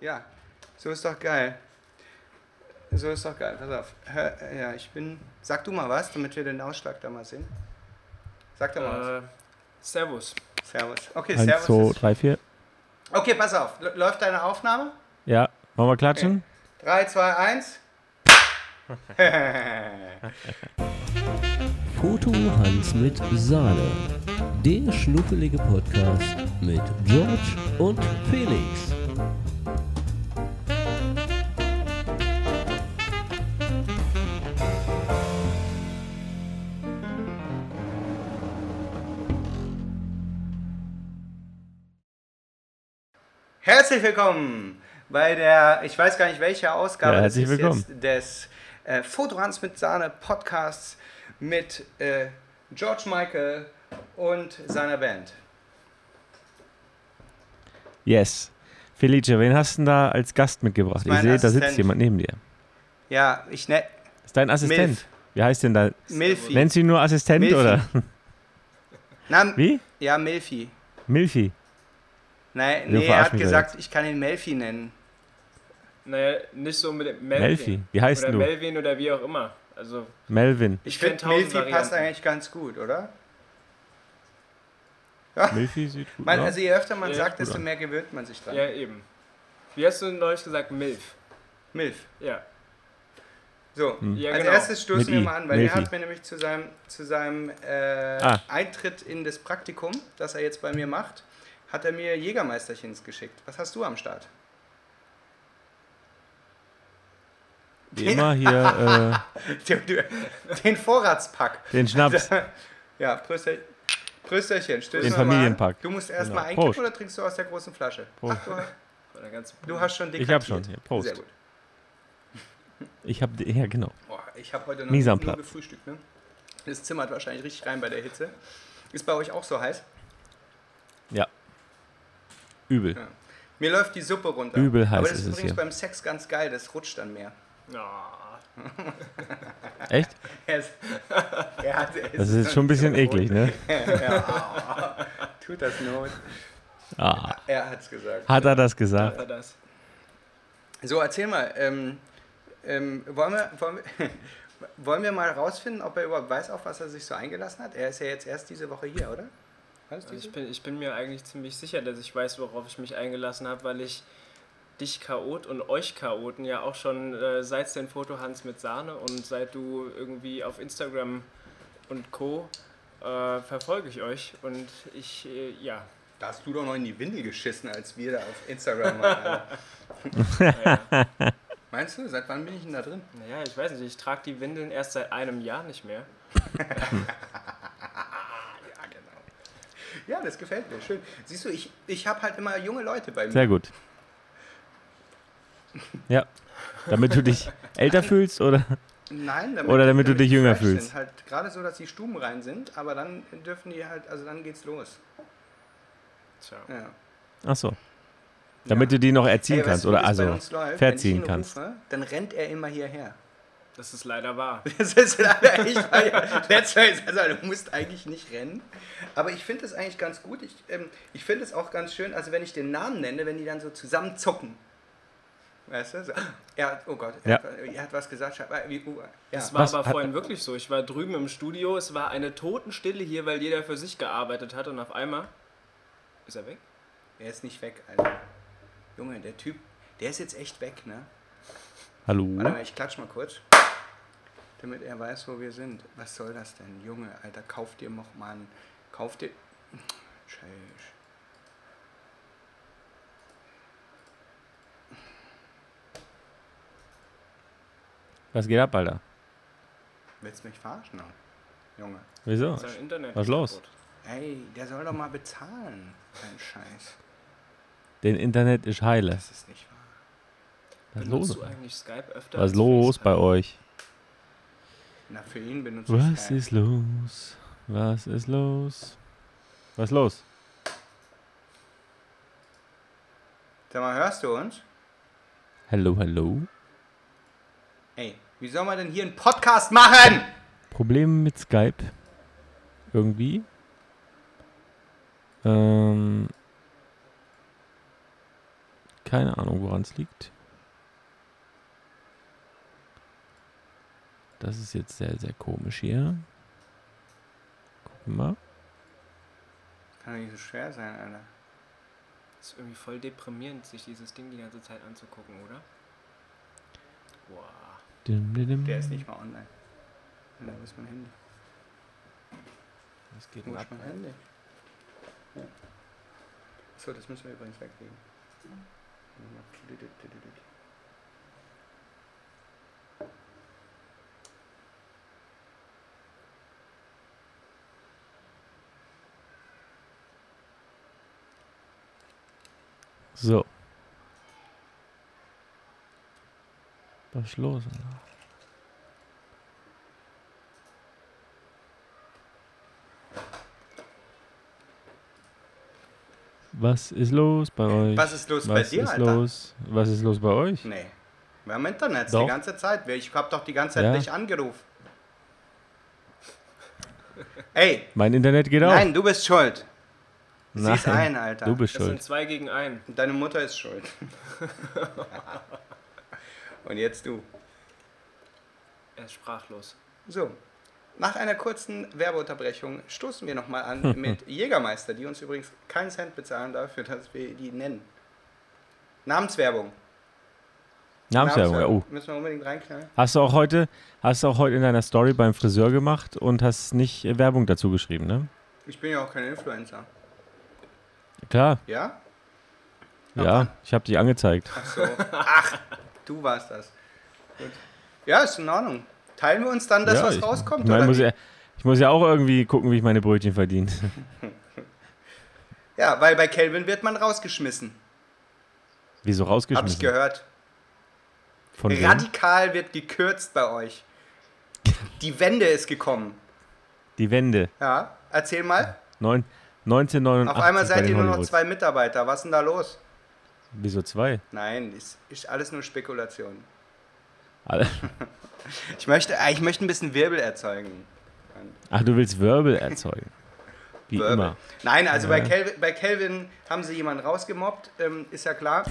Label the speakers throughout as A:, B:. A: Ja, so ist doch geil. So ist doch geil, pass auf. Hör, ja, ich bin. Sag du mal was, damit wir den Ausschlag da mal sehen. Sag doch mal
B: Äh, servus.
A: was. Servus. Okay,
C: Eins,
A: Servus.
C: zwei,
A: ist-
C: drei, vier.
A: Okay, pass auf. L- Läuft deine Aufnahme?
C: Ja, wollen wir klatschen?
A: 3, 2, 1.
D: Foto Hans mit Sahne. Der schnuckelige Podcast mit George und Felix.
A: Herzlich willkommen bei der, ich weiß gar nicht welche Ausgabe
C: Ja,
A: das
C: herzlich
A: ist
C: willkommen.
A: jetzt des äh, Fotorans mit Sahne Podcasts mit äh, George Michael und seiner Band.
C: Yes. Felice, wen hast du denn da als Gast mitgebracht? Ich
A: mein
C: sehe, da
A: Assistent.
C: sitzt jemand neben dir.
A: Ja, ich nenne
C: Ist dein Assistent?
A: Milf.
C: Wie heißt denn da?
A: Milfi.
C: Nennst du ihn nur Assistent
A: Milfi.
C: oder?
A: Na,
C: Wie?
A: Ja, Milfi.
C: Milfi.
A: Nein,
C: Du
A: nee, er
C: verarsch
A: hat
C: mich
A: gesagt, ich kann ihn Melfi nennen.
B: Naja, nicht so mit dem Melvin.
C: Melfi. Wie heißt
B: oder
C: du?
B: Melvin oder wie auch immer. Also,
C: Melvin.
A: Ich
B: kenn
A: finde,
B: tausend
A: Melfi passt
B: Varianten.
A: eigentlich ganz gut, oder?
C: Milfi sieht gut
A: Man,
C: aus.
A: Also je öfter man
B: Ja,
A: sagt,
C: gut
A: desto
C: an.
A: mehr gewöhnt man sich dran.
B: ja, eben. Wie hast du neulich gesagt? Milf.
A: Milf.
B: Ja.
A: So,
B: Ja,
A: als
B: genau.
A: erstes stoßen
C: Hm. Mit
A: wir
C: I.
A: mal an, weil er
C: Melfi.
A: hat mir nämlich zu seinem, zu seinem äh,
C: Ah.
A: Eintritt in das Praktikum, das er jetzt bei mir macht, hat er mir Jägermeisterchens geschickt. Was hast du am Start?
C: Wie immer hier
A: Den, den Vorratspack.
C: äh, den Schnaps.
A: Ja, Prösterchen. Prösterchen, stößen
C: Den
A: wir mal an.
C: Familienpack.
A: Du musst erstmal
C: Genau.
A: einkippen
C: Prost.
A: oder trinkst du aus der großen Flasche?
C: Prost.
A: Ach, du,
B: Oder ganz
A: du hast schon
C: Ich hab schon.
A: dekantiert.
C: Ja, Prost.
A: Sehr gut.
C: Ich habe ja genau.
A: Boah, ich habe heute noch
C: Mies am
A: nur
C: Platz.
A: gefrühstückt. Ne? Das zimmert wahrscheinlich richtig rein bei der Hitze. Ist bei euch auch so heiß?
C: Ja. Übel.
A: Ja. Mir läuft die Suppe runter.
C: Übel heiß
A: Aber das
C: ist
A: ist
C: es
A: übrigens
C: hier.
A: beim Sex ganz geil, das rutscht dann mehr.
B: Ah,
C: Echt?
A: Er ist, er hat, er
C: Das ist jetzt schon ein bisschen eklig, ne?
A: Tut das nur.
C: Ah.
A: Er hat's gesagt.
C: Hat er das
B: hat
C: gesagt?
B: er das.
A: So, erzähl mal. Ähm, ähm, wollen, wir, wollen, wir, wollen wir mal rausfinden, ob er überhaupt weiß, auf was er sich so eingelassen hat? Er ist ja jetzt erst diese Woche hier, oder? Alles
B: Also ich, bin, ich bin mir eigentlich ziemlich sicher, dass ich weiß, worauf ich mich eingelassen habe, weil ich dich Chaot und euch Chaoten ja auch schon äh, seit dein Foto Hans mit Sahne und seit du irgendwie auf Instagram und Co. Äh, verfolge ich euch und ich, äh, ja,
A: Da hast du doch noch in die Windel geschissen, als wir da auf Instagram waren. Meinst du, seit wann bin ich denn da drin?
B: naja, ich weiß nicht, ich trage die Windeln erst seit einem Jahr nicht mehr.
A: Ja, genau. Ja, das gefällt mir, schön. Siehst du, ich, ich habe halt immer junge Leute bei mir.
C: Sehr gut. Ja. Damit du dich älter fühlst oder?
A: Nein,
C: Oder damit du dich
A: die
C: jünger
A: fresh
C: fühlst.
A: Sind. Halt gerade so, dass die Stuben rein sind, aber dann dürfen die halt, also dann geht's los.
B: Tja.
A: Ja.
C: Ach so. Damit du die noch erziehen
A: Ey, weißt
C: kannst
A: du,
C: oder
A: wie das bei
C: also
A: uns läuft? Wenn ich
C: verziehen
A: ihn
C: kannst.
A: Rufe, dann rennt er immer hierher.
B: Das ist leider wahr.
A: Das ist leider echt. weil That's right. Also, du musst eigentlich nicht rennen. Aber ich finde das eigentlich ganz gut. Ich, ähm, ich finde es auch ganz schön, also wenn ich den Namen nenne, wenn die dann so zusammen zucken. Weißt du? So, er hat, oh Gott, er,
C: Ja.
A: hat, er hat was gesagt. schau, äh, wie- uh, Ja.
B: Es war
C: Was
B: aber
C: hat-
B: vorhin wirklich so. Ich war drüben im Studio, es war eine Totenstille hier, weil jeder für sich gearbeitet hat und auf einmal ist er weg.
A: Er ist nicht weg, Alter. Junge, der Typ, der ist jetzt echt weg, ne? Warte
C: Hallo?
A: mal, ich klatsch mal kurz. Damit er weiß, wo wir sind. Was soll das denn? Junge, Alter, kauf dir noch mal einen. Kauf dir. Tschüss.
C: Was geht ab, Alter?
A: Willst du mich verarschen? Mann? Junge.
C: Wieso?
B: Sein Internet.
C: Was
B: ist
C: los?
B: kaputt.
A: Ey, der soll doch mal bezahlen. Kein Scheiß.
C: Den Internet ist heile.
A: Das ist nicht wahr.
C: Was
B: Benutzt
C: los?
B: du eigentlich Skype öfter?
C: Was
B: als
C: los bei
B: FaceTime?
C: euch?
A: Na, für ihn benutze halt. ich
C: Was
A: Skype.
C: ist los? Was ist los? Was los?
A: Sag mal, hörst du uns?
C: Hallo, hallo?
A: Ey, wie soll man denn hier einen Podcast machen?
C: Probleme mit Skype. Irgendwie. Ähm. Keine Ahnung, woran es liegt. Das ist jetzt sehr, sehr komisch hier. Gucken wir.
A: Kann doch nicht so schwer sein, Alter.
B: Ist irgendwie voll deprimierend, sich dieses Ding die ganze Zeit anzugucken, oder? Wow.
C: Dim, dim, dim.
A: Der ist nicht mal online. Ja, Wo ist mein Handy?
C: Was geht
A: Wo
C: denn
A: ist
C: ab?
A: mein Handy? Achso, das müssen wir übrigens weglegen.
C: So. Was ist los? Alter? Was ist los bei euch?
A: Was ist los bei
C: Was
A: dir,
C: ist
A: Alter?
C: los? Was ist los bei euch?
A: Nee. Wir haben Internet die
C: Doch.
A: ganze Zeit. Ich hab doch die ganze Zeit
C: Ja.
A: dich angerufen. Ey,
C: Mein Internet geht auch.
A: nein, du bist schuld.
C: Nein,
A: sieh's ein, Alter.
C: Du bist
B: Das sind
C: schuld.
B: zwei gegen einen.
A: Deine Mutter ist schuld. Und jetzt du.
B: Er ist sprachlos.
A: So, nach einer kurzen Werbeunterbrechung stoßen wir nochmal an mit Jägermeister, die uns übrigens keinen Cent bezahlen dafür, dass wir die nennen. Namenswerbung.
C: Namenswerbung, ja. Oh.
A: Müssen wir unbedingt reinknallen.
C: Hast du auch heute, hast du auch heute in deiner Story beim Friseur gemacht und hast nicht äh, Werbung dazu geschrieben, ne?
A: Ich bin ja auch kein Influencer.
C: Klar,
A: Ja?
C: ja. Ich habe dich angezeigt.
A: Ach so. Ach, du warst das. Gut. Ja, ist in Ordnung. Teilen wir uns dann das,
C: ja,
A: was
C: ich,
A: rauskommt?
C: Ich, mein,
A: oder
C: muss
A: wie?
C: ja, ich muss ja auch irgendwie gucken, wie ich meine Brötchen verdiene.
A: ja, weil bei Kelvin wird man rausgeschmissen.
C: Wieso
A: Hab ich
C: rausgeschmissen?
A: gehört.
C: Von wem?
A: Radikal wird gekürzt bei euch. Die Wende ist gekommen.
C: Die Wende.
A: Ja, erzähl mal.
C: Neun, 1989.
A: Auf einmal
C: bei
A: seid
C: den
A: ihr nur noch
C: Hollywoods.
A: zwei Mitarbeiter. Was ist denn da los?
C: Wieso zwei?
A: Nein, ist, ist alles nur Spekulation.
C: Alle-
A: Ich möchte, äh, ich möchte ein bisschen Wirbel erzeugen.
C: Ach, Ah, du willst Wirbel erzeugen. Wie
A: Wirbel.
C: immer.
A: Nein, also bei, Kelvin, bei Kelvin haben sie jemanden rausgemobbt, ähm, ist ja klar,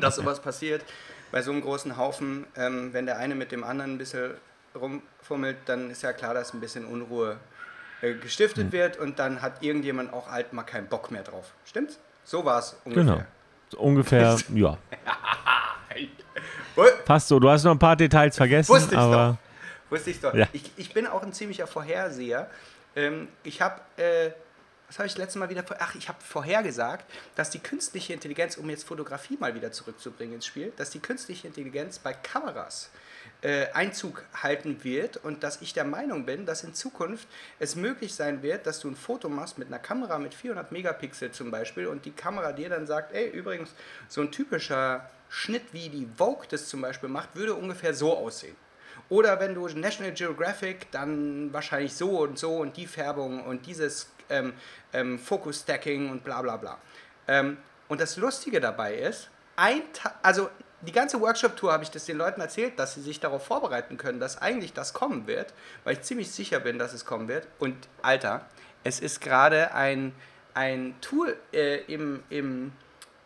A: dass sowas passiert. Bei so einem großen Haufen, ähm, wenn der eine mit dem anderen ein bisschen rumfummelt, dann ist ja klar, dass ein bisschen Unruhe äh, gestiftet
C: Hm.
A: wird und dann hat irgendjemand auch alt mal keinen Bock mehr drauf. Stimmt's? So war es ungefähr.
C: Genau. So ungefähr, ja.
A: Woll-
C: Passt so. Du hast noch ein paar Details vergessen,
A: Wusste ich's
C: aber
A: Wusste ich doch.
C: Ja.
A: Ich, ich bin auch ein ziemlicher Vorherseher. Ähm, ich habe, äh, was habe ich letztes Mal wieder, vor- ach, ich habe vorhergesagt, dass die künstliche Intelligenz, um jetzt Fotografie mal wieder zurückzubringen ins Spiel, dass die künstliche Intelligenz bei Kameras äh, Einzug halten wird und dass ich der Meinung bin, dass in Zukunft es möglich sein wird, dass du ein Foto machst mit einer Kamera mit 400 Megapixel zum Beispiel und die Kamera dir dann sagt, ey, übrigens, so ein typischer Schnitt, wie die Vogue das zum Beispiel macht, würde ungefähr so aussehen. Oder wenn du National Geographic, dann wahrscheinlich so und so und die Färbung und dieses ähm, ähm, Focus-Stacking und bla bla bla. Ähm, und das Lustige dabei ist, ein Ta also die ganze Workshop-Tour habe ich das den Leuten erzählt, dass sie sich darauf vorbereiten können, dass eigentlich das kommen wird, weil ich ziemlich sicher bin, dass es kommen wird. Und Alter, es ist gerade ein, ein Tool äh, im, im,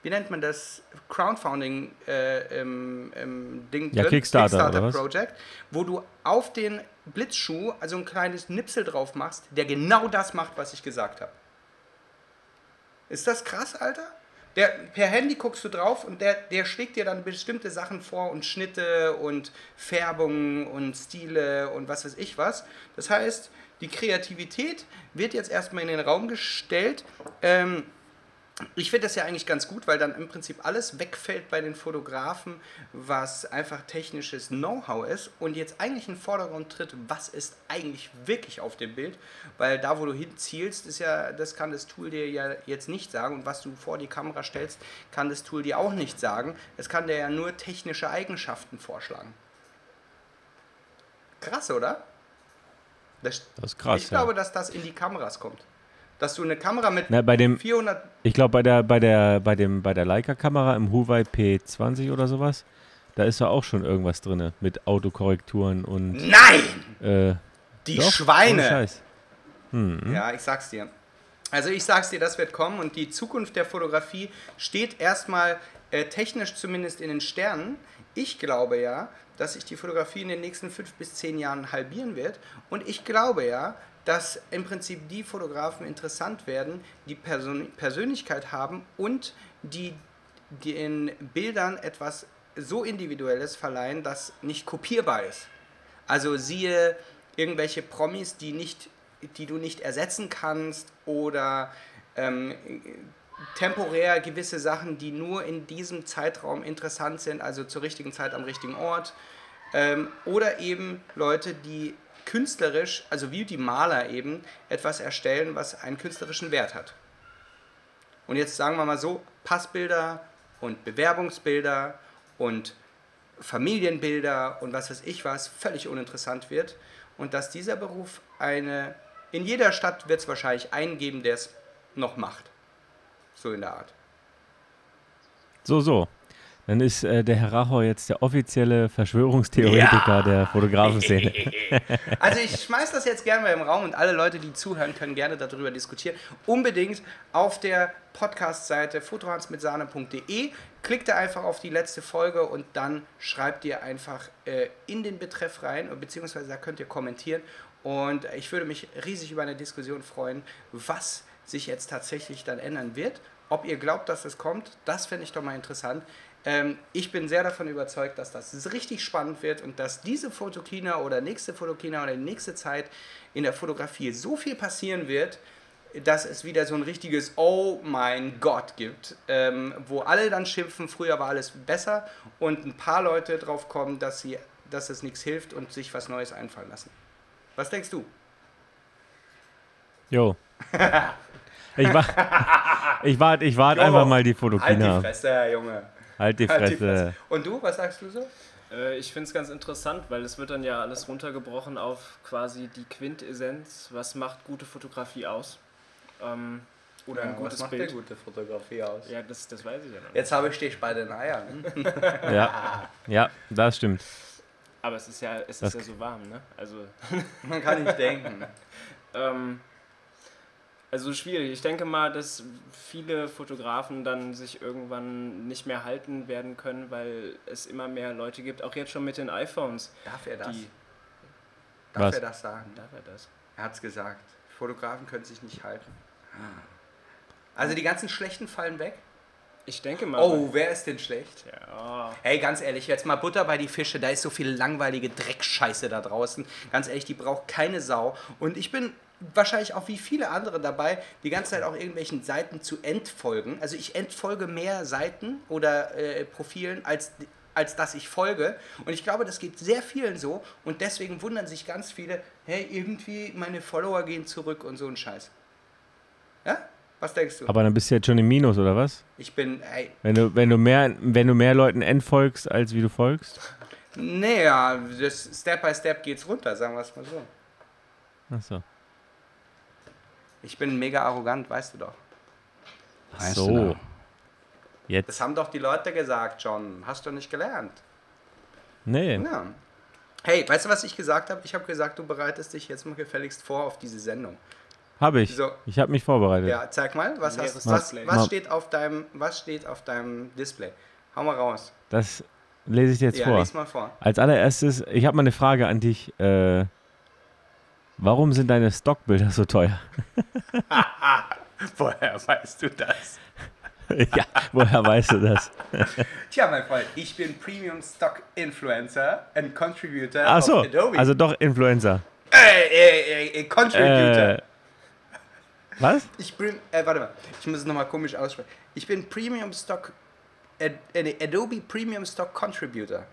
A: wie nennt man das, Crowdfunding äh, im, im Ding
C: Ja,
A: drin,
C: Kickstarter, oder was?
A: Pro- Project, wo du auf den Blitzschuh also ein kleines Nipsel drauf machst, der genau das macht, was ich gesagt habe. Ist das krass, Alter? Der, per Handy guckst du drauf und der, der schlägt dir dann bestimmte Sachen vor und Schnitte und Färbungen und Stile und was weiß ich was. Das heißt, die Kreativität wird jetzt erstmal in den Raum gestellt. Ähm, ich finde das ja eigentlich ganz gut, weil dann im Prinzip alles wegfällt bei den Fotografen, was einfach technisches Know-how ist und jetzt eigentlich in den Vordergrund tritt, was ist eigentlich wirklich auf dem Bild, weil da, wo du hinzielst, ist ja, das kann das Tool dir ja jetzt nicht sagen und was du vor die Kamera stellst, kann das Tool dir auch nicht sagen. Es kann dir ja nur technische Eigenschaften vorschlagen. Krass, oder? Das,
C: das ist krass.
A: ich
C: ja.
A: glaube, dass das in die Kameras kommt. Dass du eine Kamera mit
C: Na, bei dem,
A: 400
C: Ich glaube, bei der, bei der, bei dem, bei der Leica-Kamera im Huawei P20 oder sowas, da ist ja auch schon irgendwas drin mit Autokorrekturen und
A: Nein!
C: äh,
A: Die
C: doch, ohne
A: Schweine!
C: Scheiß. ne?
A: Ja, ich sag's dir. Also ich sag's dir, das wird kommen und die Zukunft der Fotografie steht erstmal äh, technisch zumindest in den Sternen. Ich glaube ja, dass sich die Fotografie in den nächsten fünf bis zehn Jahren halbieren wird. Und ich glaube ja, dass im Prinzip die Fotografen interessant werden, die Persön Persönlichkeit haben und die, die in Bildern etwas so Individuelles verleihen, das nicht kopierbar ist. Also siehe irgendwelche Promis, die, nicht, die du nicht ersetzen kannst oder ähm, temporär gewisse Sachen, die nur in diesem Zeitraum interessant sind, also zur richtigen Zeit am richtigen Ort. Ähm, oder eben Leute, die künstlerisch, also wie die Maler eben, etwas erstellen, was einen künstlerischen Wert hat. Und jetzt sagen wir mal so, Passbilder und Bewerbungsbilder und Familienbilder und was weiß ich was völlig uninteressant wird und dass dieser Beruf eine, in jeder Stadt wird es wahrscheinlich einen geben, der es noch macht. So in der Art.
C: So, so. Dann ist äh, der Herr Rachor jetzt der offizielle Verschwörungstheoretiker
A: Ja.
C: der Fotografenszene.
A: Also ich schmeiß das jetzt gerne mal im Raum und alle Leute, die zuhören, können gerne darüber diskutieren. Unbedingt auf der Podcast-Seite fotohansmitsahne.de. Klickt da einfach auf die letzte Folge und dann schreibt ihr einfach äh, in den Betreff rein, beziehungsweise da könnt ihr kommentieren. Und ich würde mich riesig über eine Diskussion freuen, was sich jetzt tatsächlich dann ändern wird. Ob ihr glaubt, dass es kommt, das fände ich doch mal interessant. Ähm, ich bin sehr davon überzeugt, dass das richtig spannend wird und dass diese Fotokina oder nächste Fotokina oder die nächste Zeit in der Fotografie so viel passieren wird, dass es wieder so ein richtiges Oh mein Gott gibt, ähm, wo alle dann schimpfen, früher war alles besser und ein paar Leute drauf kommen, dass, sie, dass es nichts hilft und sich was Neues einfallen lassen. Was denkst du?
C: Jo. Ich warte ich wart, ich wart
A: Jo.
C: einfach mal die
A: Halt
C: Fotokina.
A: die
C: ab.
A: Fresse, Junge.
C: Halt die
A: Halt die
C: Fresse.
A: Fresse. Und du, was sagst du so?
B: Äh, Ich finde es ganz interessant, weil es wird dann ja alles runtergebrochen auf quasi die Quintessenz, was macht gute Fotografie aus. Ähm, oder ein gutes
A: was macht
B: Bild.
A: eine gute Fotografie aus?
B: Ja, das, das weiß ich ja noch. nicht.
A: Jetzt habe ich dich bei den Eiern.
C: Ja. ja, das stimmt.
B: Aber es ist ja, es
C: Das-
B: ist ja so warm, ne? Also,
A: Man kann nicht denken.
B: ähm, also schwierig. Ich denke mal, dass viele Fotografen dann sich irgendwann nicht mehr halten werden können, weil es immer mehr Leute gibt, auch jetzt schon mit den iPhones.
A: Darf er das?
B: Die,
A: Darf
C: Was?
A: er das sagen? Ne?
B: darf er das?
A: Er hat's gesagt. Fotografen können sich nicht halten. Ah. Also die ganzen Schlechten fallen weg.
B: Ich denke mal.
A: Oh, wer ist denn schlecht?
B: Ja, oh.
A: Hey, ganz ehrlich, jetzt mal Butter bei die Fische. Da ist so viel langweilige Dreckscheiße da draußen. Ganz ehrlich, die braucht keine Sau. Und ich bin wahrscheinlich auch wie viele andere dabei, die ganze Zeit auch irgendwelchen Seiten zu entfolgen. Also ich entfolge mehr Seiten oder äh, Profilen, als, als dass ich folge. Und ich glaube, das geht sehr vielen so. Und deswegen wundern sich ganz viele, hey, irgendwie meine Follower gehen zurück und so ein Scheiß. Ja? Was denkst du?
C: Aber dann bist du jetzt schon im Minus, oder was?
A: ich bin, ey,
C: Wenn du, wenn du, mehr, wenn du mehr Leuten entfolgst, als wie du folgst?
A: Naja, das Step by Step geht's runter, sagen wir es mal so.
C: Achso.
A: Ich bin mega arrogant, weißt du doch. Weißt du
C: So.
A: noch. Das
C: Jetzt.
A: haben doch die Leute gesagt, John. Hast du nicht gelernt.
C: Nee.
A: Ja. Hey, weißt du, was ich gesagt habe? Ich habe gesagt, du bereitest dich jetzt mal gefälligst vor auf diese Sendung.
C: Hab ich.
A: So.
C: Ich hab mich vorbereitet.
A: Ja, zeig mal, was, hast,
B: Leeres
A: was,
B: Display.
A: was,
C: Mal.
A: steht auf deinem, was steht auf deinem Display? Hau mal raus.
C: Das lese ich dir jetzt
A: ja,
C: vor.
A: lies mal vor.
C: Als allererstes, ich habe mal eine Frage an dich. Äh, warum sind deine Stockbilder so teuer?
A: Woher weißt du das?
C: ja, woher weißt du das?
A: Tja, mein Freund, ich bin Premium Stock Influencer and Contributor
C: Ach so,
A: of Adobe.
C: also doch Influencer.
A: Ey, ey, ey, ey, Contributor.
C: Äh, was?
A: Ich bin, äh, warte mal, ich muss es nochmal komisch aussprechen. Ich bin Premium Stock, Ad, äh, Adobe Premium Stock Contributor.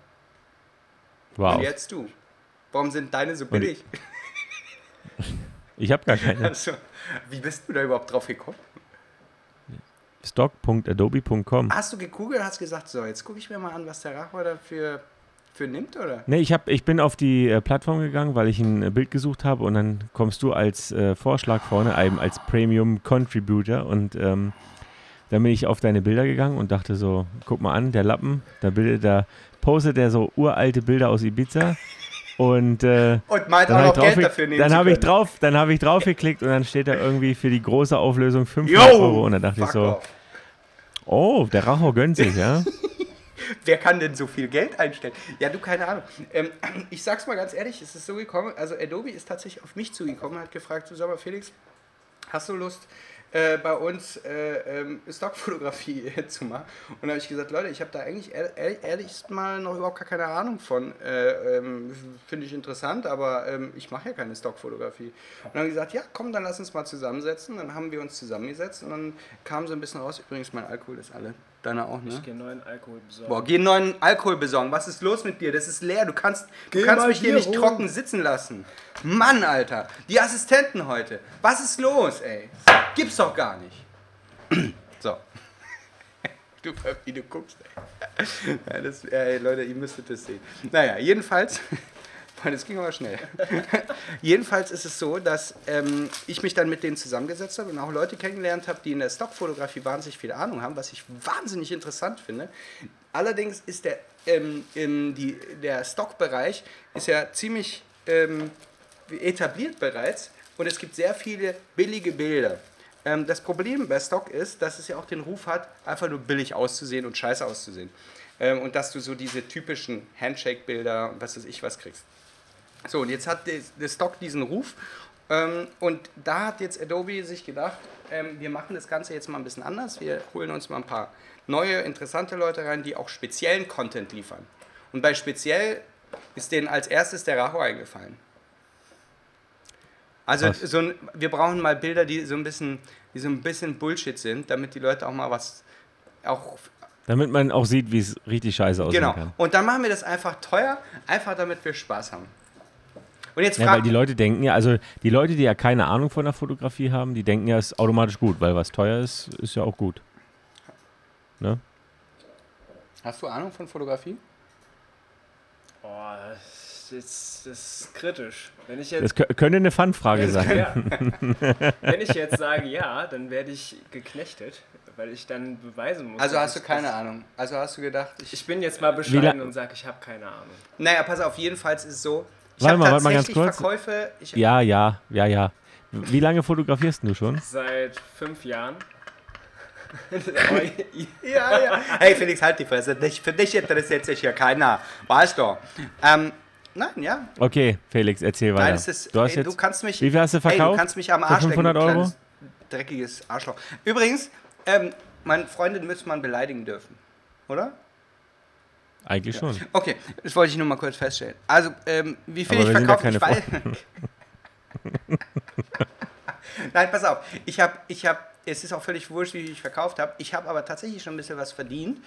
A: Und
C: Wow.
A: jetzt du. Warum sind deine so billig?
C: Ich habe gar keine.
A: Also, wie bist du da überhaupt drauf gekommen?
C: Stock.adobe.com.
A: Hast du gegoogelt, hast gesagt, so, jetzt gucke ich mir mal an, was der Rachor dafür für nimmt, oder?
C: Nee, ich, hab, ich bin auf die äh, Plattform gegangen, weil ich ein äh, Bild gesucht habe und dann kommst du als äh, Vorschlag vorne, eben als Premium Contributor und ähm, dann bin ich auf deine Bilder gegangen und dachte so, guck mal an, der Lappen, da bildet da postet er so uralte Bilder aus Ibiza und äh,
A: Und meint
C: dann
A: auch
C: habe
A: noch Geld
C: ich, draufge-
A: dafür nehmen
C: dann
A: zu
C: hab ich
A: können.
C: drauf, dann habe ich drauf geklickt und dann steht da irgendwie für die große Auflösung 500
A: Yo!
C: Euro und dann dachte ich
A: Fuck
C: so,
A: off.
C: Oh, der Racho gönnt sich, ja?
A: Wer kann denn so viel Geld einstellen? Ja, du, keine Ahnung. Ähm, ich sag's mal ganz ehrlich, es ist so gekommen, also Adobe ist tatsächlich auf mich zugekommen, hat gefragt, so sag mal, Felix, hast du Lust, äh, bei uns äh, ähm, Stockfotografie zu machen? Und da habe ich gesagt, Leute, ich habe da eigentlich ehr- ehr- ehrlich mal noch überhaupt gar keine Ahnung von. Äh, ähm, Finde ich interessant, aber ähm, ich mache ja keine Stockfotografie. Und dann haben die gesagt, ja, komm, dann lass uns mal zusammensetzen. Dann haben wir uns zusammengesetzt und dann kam so ein bisschen raus, übrigens, mein Alkohol ist alle. Deiner auch, ne?
B: Ich gehe neuen Alkohol besorgen.
A: Boah, geh einen neuen Alkohol besorgen. Was ist los mit dir? Das ist leer. Du kannst, du
B: Geh
A: kannst
B: mal
A: mich hier
B: hier
A: nicht
B: rum.
A: trocken sitzen lassen. Mann, Alter. Die Assistenten heute. Was ist los, ey? Gibt's doch gar nicht. So. Du, wie du guckst, ey. Ja, das, ey, Leute, ihr müsstet das sehen. Naja, jedenfalls. Mann, das ging aber schnell. Jedenfalls ist es so, dass ähm, ich mich dann mit denen zusammengesetzt habe und auch Leute kennengelernt habe, die in der Stockfotografie wahnsinnig viel Ahnung haben, was ich wahnsinnig interessant finde. Allerdings ist der, ähm, in die, der Stockbereich ist ja ziemlich ähm, etabliert bereits und es gibt sehr viele billige Bilder. Ähm, das Problem bei Stock ist, dass es ja auch den Ruf hat, einfach nur billig auszusehen und scheiße auszusehen. Ähm, und dass du so diese typischen Handshake-Bilder und was weiß ich was kriegst. So, und jetzt hat der der Stock diesen Ruf. Ähm, und da hat jetzt Adobe sich gedacht, ähm, wir machen das Ganze jetzt mal ein bisschen anders. Wir holen uns mal ein paar neue, interessante Leute rein, die auch speziellen Content liefern. Und bei speziell ist denen als erstes der Raho eingefallen. Also
C: Krass.
A: so ein, wir brauchen mal Bilder, die so ein bisschen, die so ein bisschen Bullshit sind, damit die Leute auch mal was auch
C: Damit man auch sieht, wie es richtig scheiße aussehen
A: genau.
C: kann.
A: Und dann machen wir das einfach teuer, einfach damit wir Spaß haben. Und jetzt
C: Ja, weil
A: fragt
C: die Leute denken ja, also die Leute, die ja keine Ahnung von der Fotografie haben, die denken ja, es ist automatisch gut, weil was teuer ist, ist ja auch gut. Ne?
A: Hast du Ahnung von Fotografie?
B: Boah, das ist, das ist kritisch. Wenn ich jetzt
C: Das kö- könnte eine Fun-Frage sein.
B: Ja. Wenn ich jetzt sage ja, dann werde ich geknechtet, weil ich dann beweisen muss.
A: Also
B: dass
A: hast du
B: ich
A: keine
B: das-
A: Ahnung. Also hast du gedacht, ich.
B: Ich bin jetzt mal
C: Wie
B: bescheiden
C: la-
B: und sage, ich habe keine Ahnung.
A: Naja, pass auf, jedenfalls ist es so. Ich
C: Warte
A: hab
C: mal, warte mal ganz
A: tatsächlich
C: kurz.
A: Verkäufe. Ich,
C: Ja, ja, ja, ja. Wie lange fotografierst du schon?
B: Seit fünf Jahren. Aber ich-
A: ja, ja. Hey Felix, halt die Fresse. Dich, für dich interessiert sich ja keiner. Weißt du? Ähm, nein, ja.
C: Okay, Felix, erzähl weiter.
A: Nein, es ist,
C: du hast
A: ey,
C: jetzt,
A: du kannst mich.
C: wie viel hast du
A: Ey, du
C: verkauft?
A: kannst mich am
C: Für
A: Arsch lecken,
C: 500
A: du
C: Euro?
A: kleines, Dreckiges Arschloch. Übrigens, ähm, meine Freundin müsste man beleidigen dürfen. Oder?
C: Eigentlich schon.
A: Okay, das wollte ich nur mal kurz feststellen. Also, ähm, wie viel
C: Aber
A: ich
C: wir sind ja
A: verkaufe, ich
C: keine
A: weiß. Nein, pass auf. Ich habe, ich habe, es ist auch völlig wurscht, wie viel ich verkauft habe. Ich habe aber tatsächlich schon ein bisschen was verdient.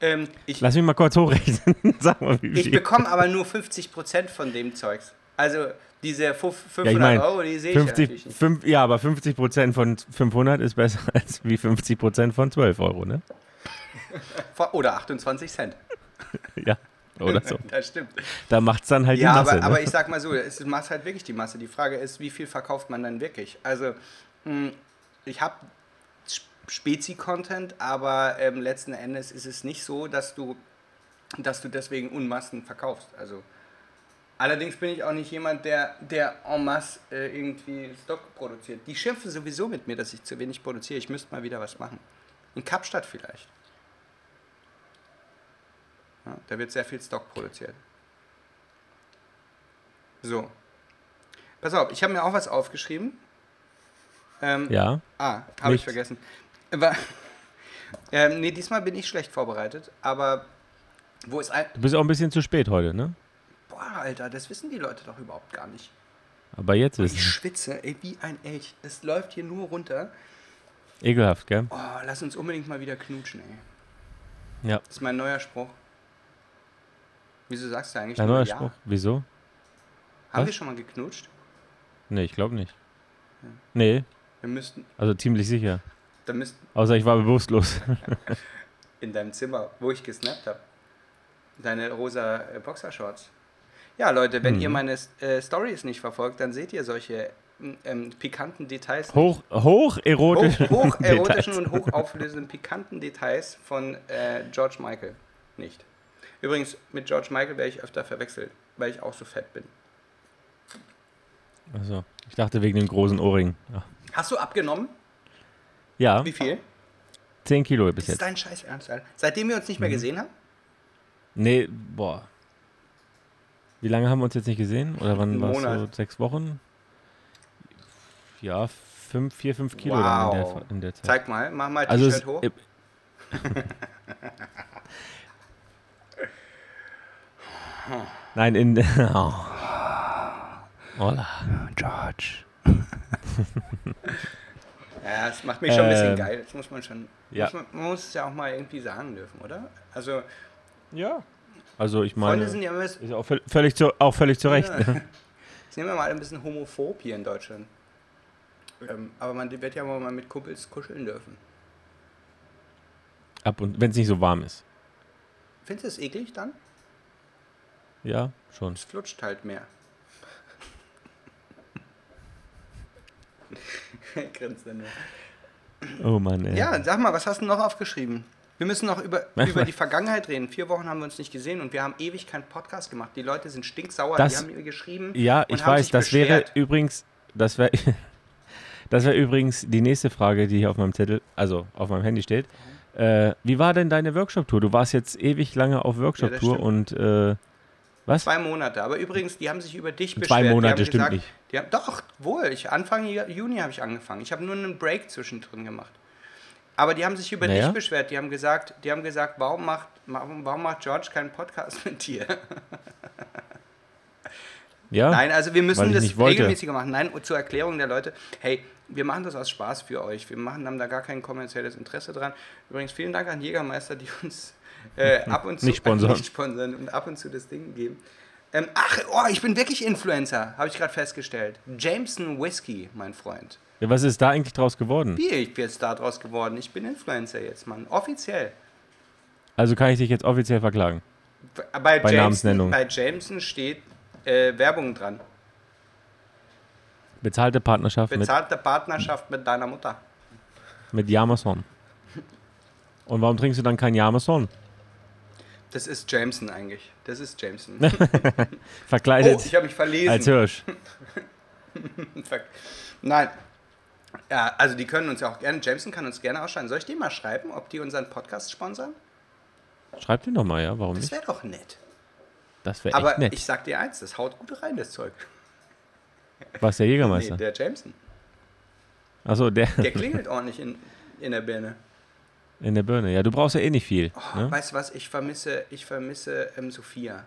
A: Ähm, ich
C: Lass mich mal kurz hochrechnen. Sag mal, wie
A: ich
C: viel.
A: bekomme aber nur 50% von dem Zeugs. Also, diese fuf- 500
C: Ja, ich meine,
A: Euro, oh, die sehe ich natürlich
C: 50,
A: nicht.
C: fünf, ja, aber 50 Prozent von 500 ist besser als wie 50 Prozent von 12 Euro, ne?
A: Oder 28 Cent.
C: Ja, oder so.
A: Das stimmt.
C: Da macht's dann halt
A: Ja,
C: die Masse.
A: aber, aber
C: ne?
A: ich sag mal so, es macht halt wirklich die Masse. Die Frage ist, wie viel verkauft man dann wirklich? Also, mh, ich habe Spezi-Content, aber ähm, letzten Endes ist es nicht so, dass du, dass du deswegen Unmassen verkaufst. Also, allerdings bin ich auch nicht jemand, der, der en masse äh, irgendwie Stock produziert. Die schimpfen sowieso mit mir, dass ich zu wenig produziere. Ich müsste mal wieder was machen. In Kapstadt vielleicht. Ja, da wird sehr viel Stock produziert. So. Pass auf, ich habe mir auch was aufgeschrieben. Ähm,
C: ja,
A: Ah, habe ich
C: Nichts.
A: vergessen. Wa- ähm, nee, diesmal bin ich schlecht vorbereitet, aber wo ist ein.
C: du bist auch ein bisschen zu spät heute, ne?
A: Boah, Alter, das wissen die Leute doch überhaupt gar nicht.
C: Aber jetzt
A: Ich
C: ist
A: schwitze, ey, wie ein Elch. Es läuft hier nur runter.
C: ekelhaft, gell?
A: Oh, lass uns unbedingt mal wieder knutschen, ey.
C: Ja,
A: Das ist mein neuer Spruch. Wieso sagst du eigentlich
C: dein
A: nur
C: neuer
A: ja?
C: Spruch. Wieso?
A: Haben
C: Was?
A: wir schon mal geknutscht?
C: Nee, ich glaube nicht. Nee,
A: Wir müssten,
C: also ziemlich sicher.
A: da müssten
C: Außer ich war bewusstlos.
A: in deinem Zimmer, wo ich gesnappt habe. Deine rosa äh, Boxershorts. Ja, Leute, wenn ihr
C: Mhm.
A: meine äh, Stories nicht verfolgt, dann seht ihr solche m, ähm, pikanten Details.
C: Hoch, hoch
A: hoch,
C: erotischen
A: hoch erotischen
C: Details.
A: und hochauflösenden pikanten Details von äh, George Michael nicht. Übrigens, mit George Michael werde ich öfter verwechselt, weil ich auch so fett bin.
C: Also, ich dachte wegen dem großen Ohrring. Ach.
A: Hast du abgenommen?
C: Ja,
A: Wie viel?
C: 10 Kilo
A: Das
C: bis
A: ist
C: jetzt. Mhm.
A: dein Scheiß Ernst, Alter. Seitdem wir uns nicht mehr gesehen haben?
C: Nee, boah. Wie lange haben wir uns jetzt nicht gesehen? Oder wann
A: Einen
C: war es so?
A: Monat.
C: Sechs Wochen? Ja, fünf, vier, fünf Kilo dann in,
A: Wow.
C: der, in der Zeit.
A: Zeig mal, mach mal
C: also
A: T-Shirt
C: es,
A: halt hoch.
C: äh, Nein, in oh. Hola.
A: George. ja, das macht mich schon ein bisschen
C: Ähm,
A: geil. Das muss man schon.
C: ja.
A: Muss man, man muss es ja auch mal irgendwie sagen dürfen, oder? Also,
C: Ja. Also ich meine,
A: Freunde sind ja immer, sind
C: ist auch völ- völlig zu, auch völlig zu Recht. ne?
A: ja mal ein bisschen homophob hier in Deutschland. Ähm, aber man wird ja wohl mal mit Kumpels kuscheln dürfen.
C: Ab und wenn es nicht so warm ist.
A: Findest du es eklig dann?
C: Ja, schon.
A: Es flutscht halt mehr. Grinst dann nur.
C: Oh Mann, ey.
A: Ja, sag mal, was hast du noch aufgeschrieben? Wir müssen noch über, über die Vergangenheit reden. Vier Wochen haben wir uns nicht gesehen und wir haben ewig keinen Podcast gemacht. Die Leute sind stinksauer,
C: Das-
A: die haben mir geschrieben.
C: Ja,
A: und
C: ich
A: haben
C: weiß,
A: sich
C: das
A: beschwert.
C: wäre übrigens, das wäre das wäre übrigens die nächste Frage, die hier auf meinem Zettel, also auf meinem Handy steht.
A: Mhm.
C: Äh, wie war denn deine Workshop-Tour? Du warst jetzt ewig lange auf Workshop-Tour
A: stimmt.
C: und äh, was?
A: Zwei Monate. Aber übrigens, die haben sich über dich beschwert.
C: Zwei
A: Die haben
C: Monate, stimmt
A: gesagt,
C: nicht.
A: Die haben, doch, wohl. Ich, Anfang Ju- Juni habe ich angefangen. Ich habe nur einen Break zwischendrin gemacht. Aber die haben sich über
C: Naja.
A: dich beschwert. Die haben gesagt, die haben gesagt warum, macht, warum macht George keinen Podcast mit dir?
C: Ja,
A: Nein, also wir
C: Ah, weil
A: müssen
C: ich
A: das
C: nicht wollte.
A: regelmäßiger machen. Nein, und zur Erklärung der Leute, hey, wir machen das aus Spaß für euch. Wir machen, haben da gar kein kommerzielles Interesse dran. Übrigens, vielen Dank an Jägermeister, die uns äh, ab und zu
C: Hm, Nicht sponsern.
A: äh, nicht sponsern und ab und zu das Ding geben. Ähm, ach, oh, ich bin wirklich Influencer, habe ich gerade festgestellt. Jameson Whiskey, mein Freund.
C: was ist da eigentlich draus geworden?
A: Wie, ich bin jetzt da draus geworden. Ich bin Influencer jetzt, Mann. Offiziell.
C: Also kann ich dich jetzt offiziell verklagen.
A: Bei, Jameson,
C: Namensnennung.
A: Bei Jameson steht äh, Werbung dran.
C: Bezahlte Partnerschaft
A: Bezahlte Partnerschaft mit deiner Mutter.
C: mit, mit Yamazon. Und warum trinkst du dann kein Yamazon?
A: Das ist Jameson eigentlich. Das ist Jameson. Oh,
C: Verkleidet
A: ich habe mich verlesen.
C: als Hirsch.
A: Fuck. Nein. Ja, also die können uns ja auch gerne, Jameson kann uns gerne ausschreiben. Soll ich dir mal schreiben, ob die unseren Podcast sponsern?
C: Schreib den doch mal, ja, warum
A: Das
C: nicht?
A: wäre doch nett.
C: Das wäre
A: Aber
C: echt nett.
A: ich sag dir eins, das haut gut rein, das Zeug.
C: Was der
A: Nee,
C: Jägermeister?
A: der Jameson.
C: Achso, der,
A: Der klingelt ordentlich in, in der Birne.
C: in der Birne. Ja, du brauchst ja eh nicht viel.
A: Oh,
C: ne?
A: Weißt du was, ich vermisse, ich vermisse ähm, Sophia.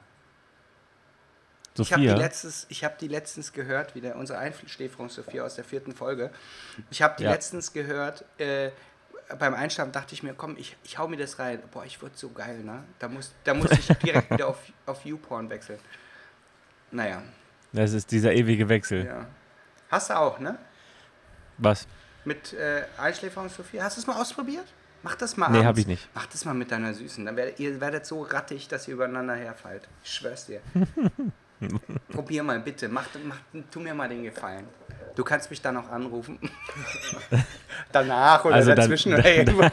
A: Ich habe die,
C: Sophia.
A: letztens- ich hab die letztens gehört, wieder unsere Einschläferung Sophia aus der vierten Folge. Ich habe die
C: Ja.
A: letztens gehört, äh, beim Einschlafen dachte ich mir, komm, ich, ich hau mir das rein. Boah, ich wurde so geil, ne? Da muss, da muss ich direkt wieder auf, auf YouPorn wechseln. Naja,
C: Das ist dieser ewige Wechsel.
A: ja. Hast du auch, ne?
C: Was?
A: Mit äh, Einschläferung Sophia. Hast du es mal ausprobiert? Mach das mal
C: Nee,
A: abends.
C: hab ich nicht.
A: Mach das mal mit deiner Süßen. Dann werdet, ihr werdet so rattig, dass ihr übereinander herfallt. Ich schwör's dir. Probier mal, bitte. Mach, mach, tu mir mal den Gefallen. Du kannst mich dann auch anrufen. Danach oder
C: Also dann-
A: dazwischen oder irgendwo.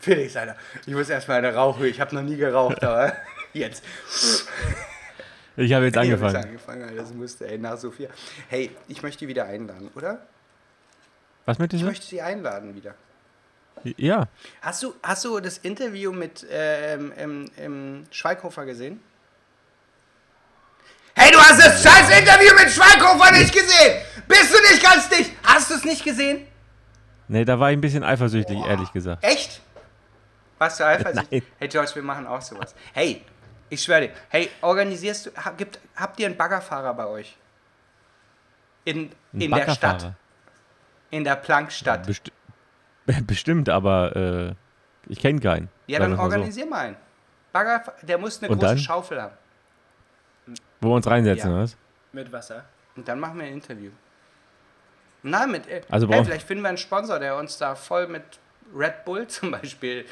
A: Felix, Alter, ich muss erstmal eine Rauchhöhe. Ich habe noch nie geraucht, aber jetzt.
C: Ich habe
A: Ich
C: jetzt
A: hab
C: angefangen.
A: jetzt angefangen, Alter, das musste, ey, nach Sophia. Hey, ich möchte die wieder einladen, oder?
C: Was
A: Ich
C: möchtest du?
A: möchte sie einladen wieder.
C: Ja.
A: Hast du, hast du das Interview mit ähm, ähm, ähm, Schweighofer gesehen? Hey, du hast das scheiß Interview mit Schweighofer nicht gesehen! Bist du nicht ganz dicht? Hast du es nicht gesehen?
C: Nee, da war ich ein bisschen eifersüchtig, ehrlich gesagt.
A: Echt? Warst du eifersüchtig?
C: Nein.
A: Hey, George, wir machen auch sowas. Hey, ich schwöre dir. Hey, organisierst du, hab, gibt, habt ihr einen Baggerfahrer bei euch? In, in der Stadt.
C: Baggerfahrer.
A: In der Plankstadt.
C: Besti Bestimmt, aber äh, ich kenne keinen.
A: Ja, dann
C: Sagen wir's mal
A: organisier mal einen. Bagger, der muss eine
C: Und
A: große
C: dann?
A: Schaufel haben.
C: So. Wo wir uns reinsetzen,
A: Ja.
C: oder was?
B: Mit Wasser.
A: Und dann machen wir ein Interview. Na, mit. äh,
C: Also
A: hey,
C: brauchen-
A: vielleicht finden wir einen Sponsor, der uns da voll mit Red Bull zum Beispiel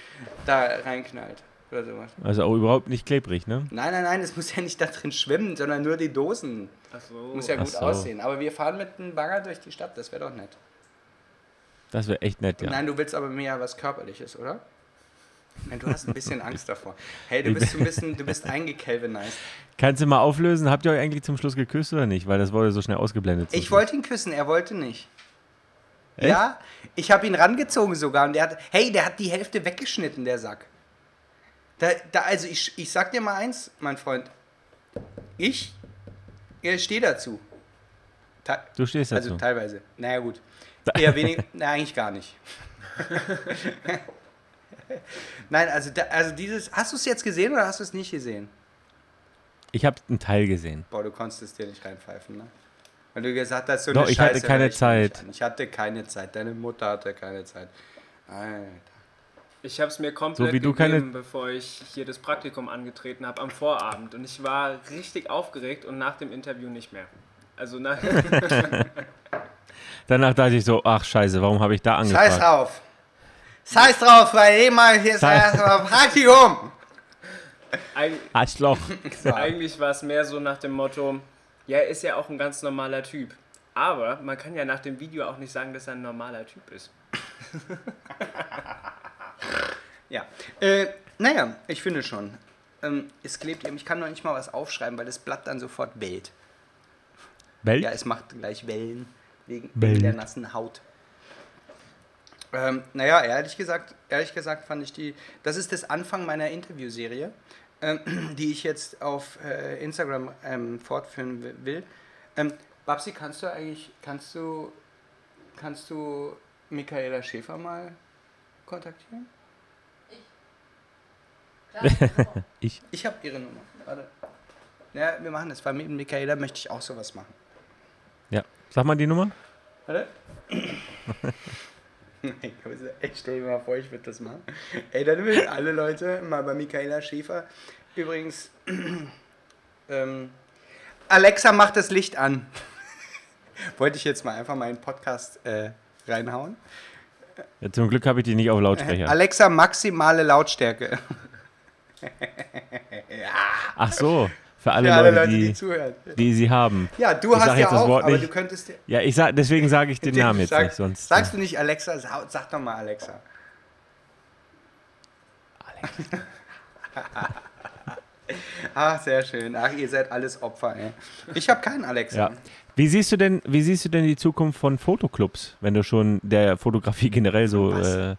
A: da reinknallt. Oder sowas.
C: Also auch überhaupt nicht klebrig, ne?
A: Nein, nein, nein, es muss ja nicht da drin schwimmen, sondern nur die Dosen.
B: Achso.
A: Muss ja
C: Ach
A: gut
C: so.
A: aussehen. Aber wir fahren mit einem Bagger durch die Stadt, das wäre doch nett.
C: Das wäre echt nett, ja.
A: Nein, du willst aber mehr was Körperliches, oder? Nein, du hast ein bisschen Angst davor. Hey, du bist so ein bisschen, du bist eingekelvinized.
C: Kannst du mal auflösen, habt ihr euch eigentlich zum Schluss geküsst oder nicht? Weil das wurde so schnell ausgeblendet.
A: Ich
C: zum Schluss.
A: wollte ihn küssen, er wollte nicht. Ja, ich habe ihn rangezogen sogar und der hat, hey, der hat die Hälfte weggeschnitten, der Sack. Da, da, also ich, ich sag dir mal eins, mein Freund. Ich, ich stehe dazu. Ta-
C: Du stehst
A: also
C: dazu.
A: teilweise. Naja, gut. Eher wenig, na, eigentlich gar nicht. Nein, also, da, also dieses, hast du es jetzt gesehen oder hast du es nicht gesehen?
C: ich habe einen Teil gesehen.
A: Boah, du konntest es dir nicht reinpfeifen, ne? Weil du gesagt hast, so
C: Doch,
A: eine
C: ich hatte
A: Scheiße
C: keine
A: höre ich mir nicht
C: Zeit.
A: an. Ich hatte keine Zeit. Deine Mutter hatte keine Zeit. Alter.
B: Ich habe es mir komplett
C: So wie du keine-
B: gegeben, bevor ich hier das Praktikum angetreten habe, am Vorabend. Und ich war richtig aufgeregt und nach dem Interview nicht mehr. Also nach,
C: Danach dachte ich so, ach scheiße, warum habe ich da
A: Scheiß
C: angefragt?
A: drauf. Scheiß drauf, weil eh mal jetzt
C: Scheiß-
A: erstmal Praktikum.
B: eig
C: Arschloch.
B: eigentlich war es mehr so nach dem Motto, ja, er ist ja auch ein ganz normaler Typ. Aber man kann ja nach dem Video auch nicht sagen, dass er ein normaler Typ ist.
A: Ja. Äh, naja, ich finde schon. Ähm, es klebt eben, ich kann noch nicht mal was aufschreiben, weil das Blatt dann sofort wellt.
C: Welt?
A: Ja, es macht gleich Wellen wegen
C: Wellen.
A: der nassen Haut. Ähm, naja, ehrlich gesagt, ehrlich gesagt fand ich die. Das ist das Anfang meiner Interviewserie, ähm, die ich jetzt auf äh, Instagram ähm, fortführen wi- will. Ähm, Babsi, kannst du eigentlich, kannst du, kannst du Michaela Schäfer mal kontaktieren?
C: Ich?
A: Ich habe ihre Nummer. Warte. Ja, wir machen das, weil mit Michaela möchte ich auch sowas machen.
C: Ja. Sag mal die Nummer.
A: Warte. Nein, aber es ist- ich stell dir mal vor, ich würde das machen. Ey, dann würden alle Leute mal bei Michaela Schäfer. Übrigens, ähm, Alexa macht das Licht an. Wollte ich jetzt mal einfach mal in den Podcast äh, reinhauen.
C: Ja, zum Glück habe ich die nicht auf Lautsprecher.
A: Alexa, maximale Lautstärke.
C: Ach so, für alle,
A: Für alle
C: Leute,
A: Leute, die,
C: die,
A: zuhören.
C: die sie haben.
A: Ja, du
C: Ich
A: hast
C: sag
A: ja
C: jetzt das
A: auch,
C: Wort
A: aber
C: nicht.
A: du könntest dir.
C: Ja, ich sag, deswegen sage ich den Namen jetzt
A: Sag-
C: nicht, sonst. äh.
A: Sagst du nicht Alexa? Sa- Sag doch mal Alexa. Ach, Ah, sehr schön. Ach, ihr seid alles Opfer, ey. Ich habe keinen Alexa.
C: ja. Wie siehst du denn, wie siehst du denn die Zukunft von Fotoclubs, wenn du schon der Fotografie generell so
A: Was?
C: äh,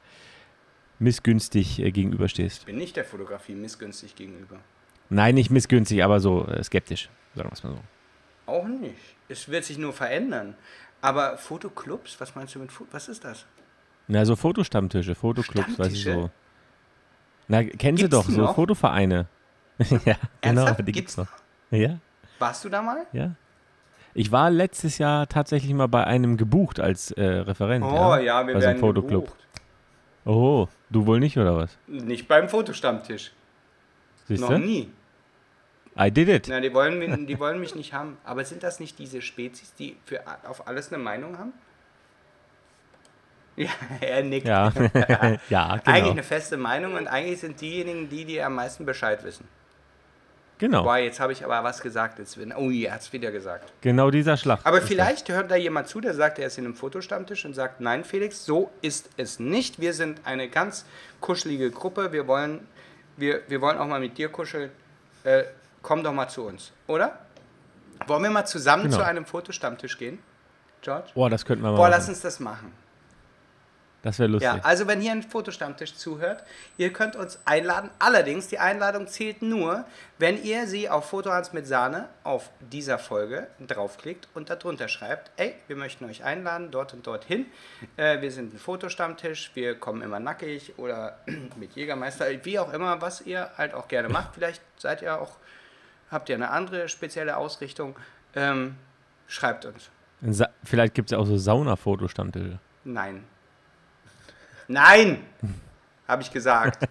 C: missgünstig äh, gegenüberstehst?
A: Bin nicht der Fotografie missgünstig gegenüber.
C: Nein, nicht missgünstig, aber so äh, skeptisch, sagen wir es mal so.
A: Auch nicht. Es wird sich nur verändern. Aber Fotoclubs, was meinst du mit Foto? Was ist das?
C: Na, so Fotostammtische, Fotoclubs, weißt du
A: Stammtische?
C: so. Na, kennen sie
A: Gibt's
C: doch,
A: die
C: so
A: noch?
C: Fotovereine. ja, genau,
A: Ernsthaft?
C: die gibt's noch. Ja,
A: Warst du da mal?
C: ja. Ich war letztes Jahr tatsächlich mal bei einem gebucht als äh, Referent.
A: Oh ja, wir
C: bei so
A: werden
C: einem Also Fotoclub.
A: gebucht.
C: Oh, du wohl nicht, oder was?
A: Nicht beim Fotostammtisch.
C: Siehst
A: Noch
C: du?
A: nie.
C: I did it.
A: Na, die wollen, mi- die wollen mich nicht haben. Aber sind das nicht diese Spezies, die für a- auf alles eine Meinung haben? Ja, er nickt.
C: Ja, ja
A: Eigentlich
C: genau.
A: eine feste Meinung und eigentlich sind diejenigen die, die am meisten Bescheid wissen.
C: Genau,
A: Boah, jetzt habe ich aber was gesagt. Jetzt, bin- oh, er hat es wieder gesagt.
C: genau dieser Schlag.
A: Aber vielleicht hört da jemand zu, der sagt, er ist in einem Fotostammtisch und sagt, nein, Felix, so ist es nicht. Wir sind eine ganz kuschelige Gruppe. Wir wollen, wir, wir wollen auch mal mit dir kuscheln. Äh, komm doch mal zu uns, oder? Wollen wir mal zusammen
C: Genau. Oh.
A: zu einem Fotostammtisch gehen, George?
C: Boah, das könnten wir mal
A: Boah, lass
C: machen.
A: uns das machen.
C: Das wäre lustig.
A: Ja, also wenn hier ein Fotostammtisch zuhört, ihr könnt uns einladen. Allerdings, die Einladung zählt nur, wenn ihr sie auf Fotohans mit Sahne auf dieser Folge draufklickt und darunter schreibt, ey, wir möchten euch einladen, dort und dorthin. Äh, wir sind ein Fotostammtisch, wir kommen immer nackig oder mit Jägermeister, wie auch immer, was ihr halt auch gerne macht. Vielleicht seid ihr auch, habt ihr eine andere spezielle Ausrichtung. Ähm, schreibt uns.
C: Ein Sa vielleicht gibt es ja auch so Sauna-Fotostammtische.
A: Nein. Nein! Habe ich gesagt.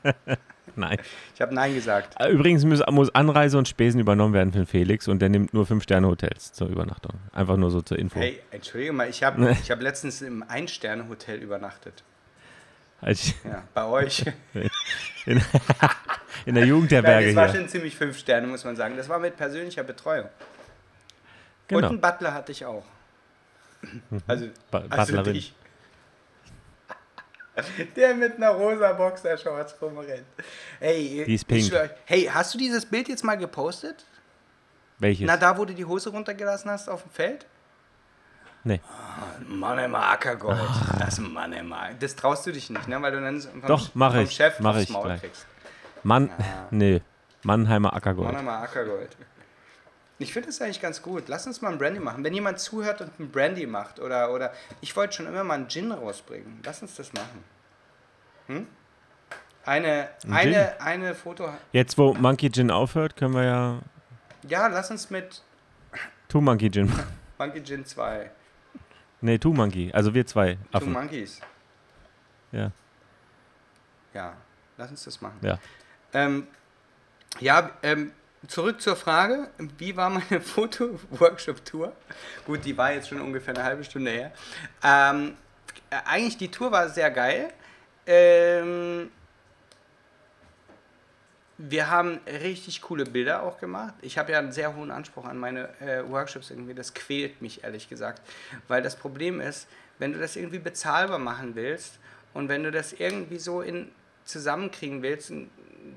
C: Nein.
A: Ich habe Nein gesagt.
C: Äh, Übrigens muss, muss Anreise und Spesen übernommen werden für den Felix und der nimmt nur 5-Sterne-Hotels zur Übernachtung. Einfach nur so zur Info.
A: Hey, entschuldige mal, ich habe ich hab letztens im Ein-Sterne-Hotel übernachtet.
C: Als-
A: Ja, bei euch.
C: in, in der
A: Nein,
C: Jugendherberge
A: das war
C: hier.
A: schon ziemlich fünf Sterne, muss man sagen. Das war mit persönlicher Betreuung. Und
C: Genau. Mhm.
A: einen Butler hatte ich auch. Also,
C: Ba-
A: also
C: Butlerin.
A: dich. Der mit einer rosa Boxershorts rumrennt. Hey,
C: Die ist
A: ich
C: pink.
A: schwör euch- Hey, hast du dieses Bild jetzt mal gepostet?
C: Welches?
A: Na, da, wo du die Hose runtergelassen hast auf dem Feld?
C: Nee.
A: Mannheimer Ackergold. Das Mannheimer. Das traust du dich nicht, ne? Weil du dann vom,
C: Doch, mach
A: vom
C: ich,
A: Chef
C: mach
A: aufs
C: ich
A: Maul
C: gleich.
A: kriegst.
C: Mann, nee. Mannheimer Ackergold.
A: Mannheimer Ackergold. Ich finde das eigentlich ganz gut. Lass uns mal einen Brandy machen. Wenn jemand zuhört und einen Brandy macht oder, oder ich wollte schon immer mal einen Gin rausbringen. Lass uns das machen. Hm? Eine,
C: Ein
A: eine, eine Foto.
C: Jetzt, wo Monkey Gin aufhört, können wir ja
A: Ja, lass uns mit
C: Two Monkey Gin machen.
A: Monkey Gin 2.
C: Nee, Two Monkey. Also wir zwei
A: Two
C: Affen.
A: Monkeys.
C: Ja,
A: Ja, lass uns das machen.
C: ja.
A: Ähm, ja, ähm, zurück zur Frage, wie war meine Foto-Workshop-Tour? Gut, die war jetzt schon ungefähr eine halbe Stunde her. Ähm, äh, eigentlich, die Tour war sehr geil. Ähm, wir haben richtig coole Bilder auch gemacht. Ich habe ja einen sehr hohen Anspruch an meine äh, Workshops irgendwie. Das quält mich ehrlich gesagt, weil das Problem ist, wenn du das irgendwie bezahlbar machen willst und wenn du das irgendwie so in zusammenkriegen willst,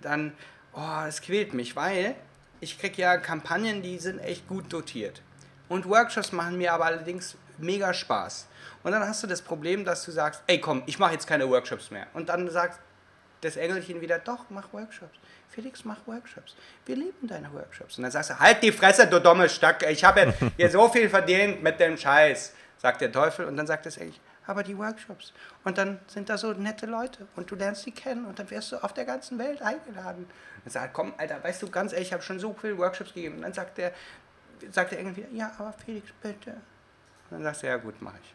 A: dann oh, es quält mich, weil ich krieg ja Kampagnen, die sind echt gut dotiert. Und Workshops machen mir aber allerdings mega Spaß. Und dann hast du das Problem, dass du sagst, ey komm, ich mache jetzt keine Workshops mehr. Und dann sagst, das Engelchen wieder, doch, mach Workshops. Felix, mach Workshops. Wir lieben deine Workshops. Und dann sagst du, halt die Fresse, du dumme Stack. Ich habe ja hier so viel verdient mit dem Scheiß, sagt der Teufel. Und dann sagt das Engelchen, aber die Workshops. Und dann sind da so nette Leute und du lernst die kennen und dann wirst du auf der ganzen Welt eingeladen. Und sagt, komm, Alter, weißt du, ganz ehrlich, ich habe schon so viele Workshops gegeben. Und dann sagt der, sagt der Engel wieder, ja, aber Felix, bitte. Und dann sagst du, ja gut, mache ich.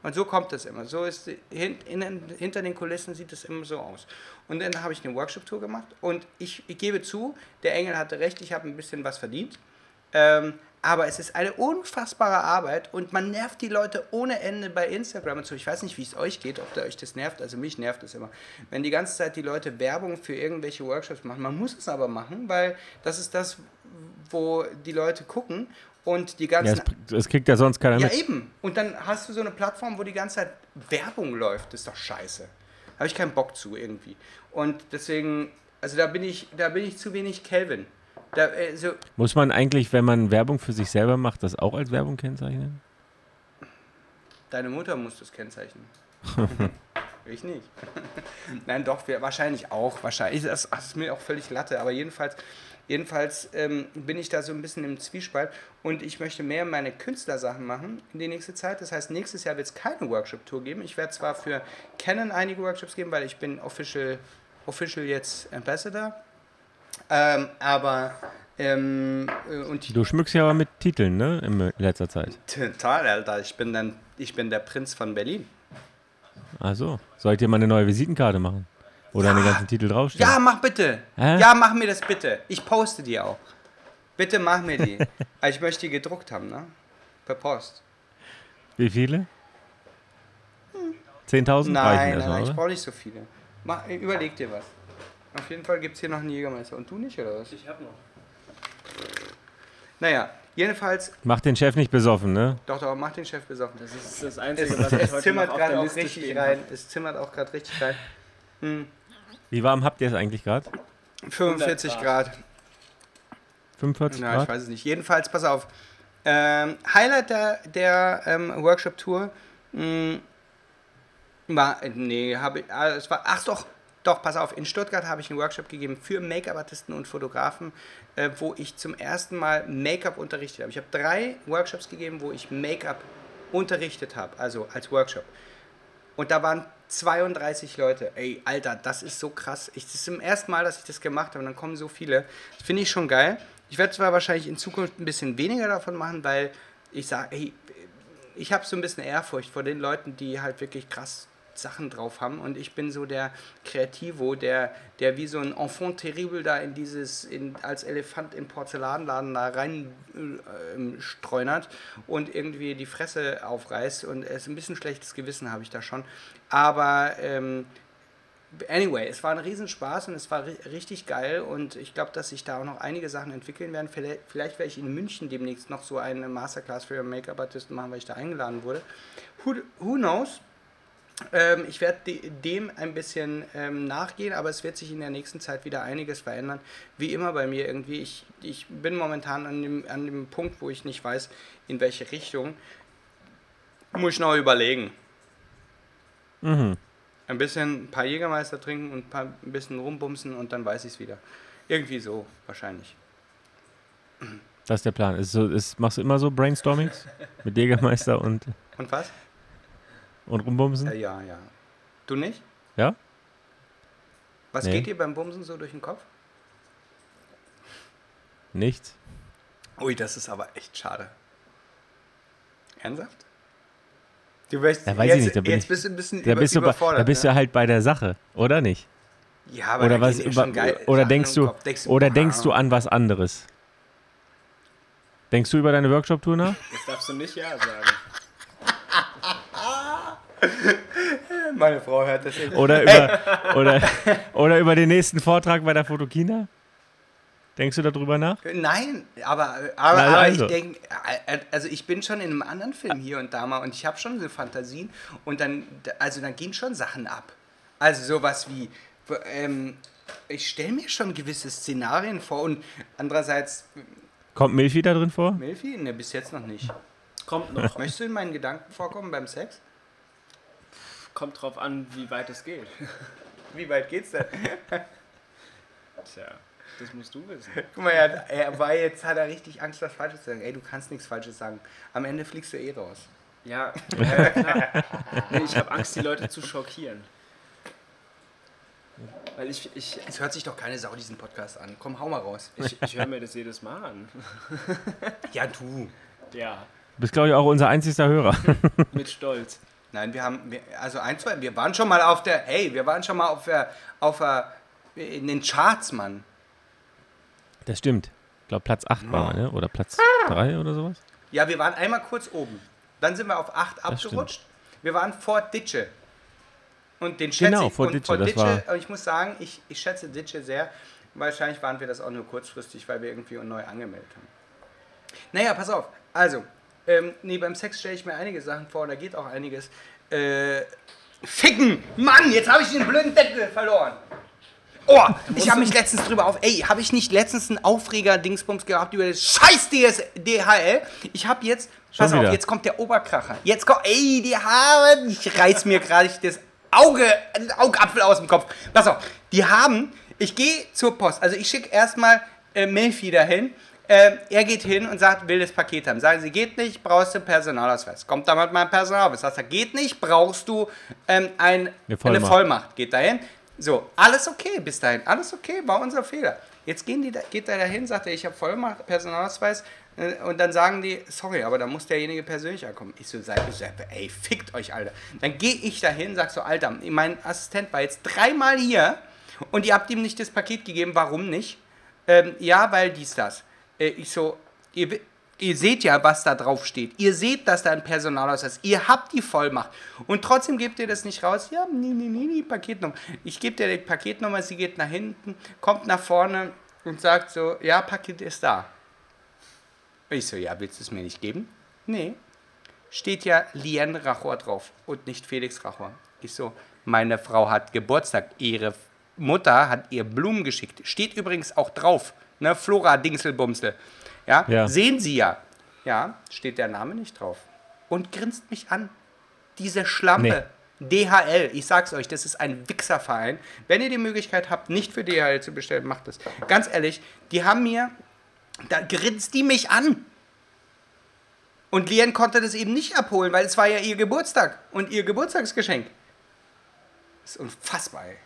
A: Und so kommt das immer. So ist die- hin- innen- hinter den Kulissen sieht es immer so aus. Und dann habe ich eine Workshop-Tour gemacht und ich, ich gebe zu, der Engel hatte recht, ich habe ein bisschen was verdient. Ähm, aber es ist eine unfassbare Arbeit und man nervt die Leute ohne Ende bei Instagram und so. Ich weiß nicht, wie es euch geht, ob da euch das nervt. Also mich nervt es immer. Wenn die ganze Zeit die Leute Werbung für irgendwelche Workshops machen. Man muss es aber machen, weil das ist das, wo die Leute gucken und die
C: ja
A: ganzen
C: das, das kriegt ja sonst keiner
A: ja,
C: mit.
A: eben. Und dann hast du so eine Plattform, wo die ganze Zeit Werbung läuft. Das ist doch scheiße. Habe ich keinen Bock zu irgendwie. Und deswegen, also da bin ich, da bin ich zu wenig Kelvin. Da, äh, so,
C: Muss man eigentlich, wenn man Werbung für sich selber macht, das auch als Werbung kennzeichnen?
A: deine Mutter muss das kennzeichnen. ich nicht. Nein, doch, wir, wahrscheinlich auch. Wahrscheinlich. Das, das ist mir auch völlig Latte. Aber jedenfalls, jedenfalls ähm, bin ich da so ein bisschen im Zwiespalt. Und ich möchte mehr meine Künstlersachen machen in die nächste Zeit. Das heißt, nächstes Jahr wird es keine Workshop-Tour geben. Ich werde zwar für Canon einige Workshops geben, weil ich bin official, official jetzt Ambassador. Ähm, aber ähm, äh, und
C: Du schmückst ja aber mit Titeln, ne? In letzter Zeit.
A: total, Alter, ich bin dann, ich bin der Prinz von Berlin.
C: Ach so. Sollt ihr mal eine neue Visitenkarte machen? Wo deine ganzen Titel draufstehen?
A: Ja, mach bitte.
C: Hä?
A: Ja, mach mir das bitte. Ich poste die auch. Bitte mach mir die. Aber ich möchte die gedruckt haben, ne? Per Post.
C: Wie viele? 10.000
A: Nein, nein,
C: reichen
A: nein
C: erstmal,
A: ich
C: oder?
A: brauche nicht so viele. Mach, überleg dir was. Auf jeden Fall gibt es hier noch einen Jägermeister. Und du nicht, oder was?
B: Ich habe noch.
A: Naja, jedenfalls,
C: Mach den Chef nicht besoffen, ne?
A: doch, doch, mach den Chef besoffen.
B: Das ist das Einzige,
A: Es,
B: was ich
A: es
B: heute noch
A: zimmert
B: auf der
A: gerade auch
B: Liste
A: richtig
B: stehen ne?
A: rein.
B: habe.
A: Es zimmert auch gerade richtig rein.
C: Wie warm habt ihr es eigentlich gerade?
A: 45
B: 100
A: Grad.
C: 45
A: Na, ich
C: Grad?
A: weiß es nicht. Jedenfalls, pass auf. Ähm, Highlight der, der ähm, Workshop-Tour mh, war, äh, nee, habe ich, ah, es war, ach doch, doch, pass auf, in Stuttgart habe ich einen Workshop gegeben für Make-up-Artisten und Fotografen, äh, wo ich zum ersten Mal Make-up unterrichtet habe. Ich habe drei Workshops gegeben, wo ich Make-up unterrichtet habe, also als Workshop. Und da waren 32 Leute. Ey, Alter, das ist so krass. Ich, das ist zum ersten Mal, dass ich das gemacht habe und dann kommen so viele. Das finde ich schon geil. Ich werde zwar wahrscheinlich in Zukunft ein bisschen weniger davon machen, weil ich sage, ey, ich habe so ein bisschen Ehrfurcht vor den Leuten, die halt wirklich krass Sachen drauf haben und ich bin so der Kreativo, der, der wie so ein Enfant terrible da in dieses, in, als Elefant im Porzellanladen da rein äh, ähm, streunert und irgendwie die Fresse aufreißt und es ist ein bisschen schlechtes Gewissen habe ich da schon, aber ähm, Anyway, es war ein Riesenspaß und es war ri richtig geil und ich glaube, dass sich da auch noch einige Sachen entwickeln werden. Vielleicht, vielleicht werde ich in München demnächst noch so eine Masterclass für Make-up-Artisten machen, weil ich da eingeladen wurde. Who, who knows? Ähm, ich werde de dem ein bisschen ähm, nachgehen, aber es wird sich in der nächsten Zeit wieder einiges verändern. Wie immer bei mir irgendwie. Ich, ich bin momentan an dem, an dem Punkt, wo ich nicht weiß, in welche Richtung Muss ich noch überlegen.
C: Mhm.
A: Ein bisschen, ein paar Jägermeister trinken und ein, paar, ein bisschen rumbumsen und dann weiß ich es wieder. Irgendwie so, wahrscheinlich.
C: Das ist der Plan. Ist so, ist, machst du immer so Brainstormings mit Jägermeister und,
A: Und was?
C: und Rumbumsen?
A: Äh, ja, ja. Du nicht?
C: Ja?
A: Was
C: Nee.
A: geht dir beim Bumsen so durch den Kopf?
C: Nichts?
A: Ui, das ist aber echt schade. Ernsthaft? Du weißt,
C: Ja, weiß ich
A: jetzt,
C: nicht, da bin
A: jetzt
C: ich-
A: bist du ein bisschen
C: Da
A: über,
C: bist, du, bei-
A: überfordert.
C: da bist
A: ne?
C: du halt bei der Sache, oder nicht?
A: ja, aber
C: Oder,
A: da
C: was,
A: gehen dir
C: über,
A: schon geil
C: oder
A: Sachen
C: denkst,
A: im
C: du,
A: Kopf. Denkst
C: oder denkst du
A: ah.
C: an was anderes? Denkst du über deine Workshop-Tour nach?
B: Das darfst du nicht ja sagen.
A: Meine Frau hört das eben.
C: Oder über, oder, oder über den nächsten Vortrag bei der Fotokina? Denkst du darüber nach?
A: Nein, aber, aber,
C: Na,
A: aber
C: also.
A: ich denke, also ich bin schon in einem anderen Film hier und da mal und ich habe schon so Fantasien und dann, also dann gehen schon Sachen ab. Also sowas wie, ähm, ich stelle mir schon gewisse Szenarien vor und andererseits,
C: Kommt Milfi da drin vor?
A: Melfi, ne, bis jetzt noch nicht.
B: Kommt noch.
A: Möchtest du in meinen Gedanken vorkommen beim Sex?
B: Kommt drauf an, wie weit es geht.
A: Wie weit geht's denn?
B: Tja, das musst du wissen.
A: Guck mal, er, hat- er war jetzt, hat er richtig Angst, was Falsches zu sagen. Ey, du kannst nichts Falsches sagen. Am Ende fliegst du eh raus.
B: Ja, ja klar. Nee, ich habe Angst, die Leute zu schockieren. Weil ich, ich,
A: Es hört sich doch keine Sau diesen Podcast an. Komm, hau mal raus.
B: ich, ich höre mir das jedes Mal an.
A: Ja, du.
B: Ja,
C: Du bist, glaube ich, auch unser einzigster Hörer.
B: mit Stolz.
A: Nein, wir haben, wir, also ein, zwei, wir waren schon mal auf der, hey, wir waren schon mal auf der, auf der, in den Charts, Mann.
C: Das stimmt. Ich glaube, Platz 8 war, ne? Oder Platz 3 oder sowas?
A: Ja, wir waren einmal kurz oben. Dann sind wir auf 8
C: stimmt.
A: abgerutscht. Wir waren vor Ditsche. Und den schätze
C: Genau,
A: ich.
C: vor
A: und
C: Ditsche,
A: vor
C: das
A: Ditsche
C: war-
A: und ich muss sagen, ich, ich schätze Ditsche sehr. Wahrscheinlich waren wir das auch nur kurzfristig, weil wir irgendwie neu angemeldet haben. Naja, pass auf. Also, ähm, nee, beim Sex stelle ich mir einige Sachen vor, da geht auch einiges. Äh, Ficken! Mann, jetzt habe ich den blöden Deckel verloren. Oh, ich habe mich letztens drüber auf. Ey, habe ich nicht letztens einen Aufreger-Dingsbums gehabt über das scheiß DS DHL? Ich habe jetzt. Pass auf,
C: wieder.
A: jetzt kommt der Oberkracher. Jetzt kommt. Ey, die haben. Ich reiß mir gerade das Auge, den Augapfel aus dem Kopf. Pass auf, die haben. Ich gehe zur Post. Also, ich schicke erstmal äh, Melfi dahin. Ähm, er geht hin und sagt, will das Paket haben. Sagen sie, geht nicht, brauchst du einen Personalausweis. Kommt damit mein Personalausweis. Sagt er, geht nicht, brauchst du ähm, ein,
C: Eine
A: eine
C: Vollmacht.
A: Vollmacht. Geht dahin. So, alles okay bis dahin. Alles okay, war unser Fehler. Jetzt gehen die da, geht er dahin, sagt er, ich habe Vollmacht, Personalausweis. äh, Und dann sagen die, sorry, aber da muss derjenige persönlich ankommen. Ich so, sag, ich so, ey, fickt euch, Alter. Dann gehe ich dahin, sag so, Alter, mein Assistent war jetzt dreimal hier und ihr habt ihm nicht das Paket gegeben, warum nicht? Ähm, ja, weil dies, das. Äh, ich so, ihr, wi- ihr seht ja, was da drauf steht. Ihr seht, dass da ein Personalausweis ist. Ihr habt die Vollmacht. Und trotzdem gebt ihr das nicht raus. Ja, nee, nee, nee, nee, Paketnummer. Ich gebe dir die Paketnummer, sie geht nach hinten, kommt nach vorne und sagt so, ja, Paket ist da. Ich so, ja, willst du es mir nicht geben? Nee. Steht ja Lien Rachor drauf und nicht Felix Rachor. Ich so, meine Frau hat Geburtstag, ihre Mutter hat ihr Blumen geschickt. Steht übrigens auch drauf, ne, Flora Dingselbumsel. Ja?
C: Ja.
A: sehen Sie ja. Ja, steht der Name nicht drauf. Und grinst mich an. Diese Schlampe. DHL, ich sag's euch, das ist ein Wichserverein. Wenn ihr die Möglichkeit habt, nicht für DHL zu bestellen, macht das. Ganz ehrlich, die haben mir da grinst die mich an. Und Lien konnte das eben nicht abholen, weil es war ja ihr Geburtstag und ihr Geburtstagsgeschenk. Das ist unfassbar, ey.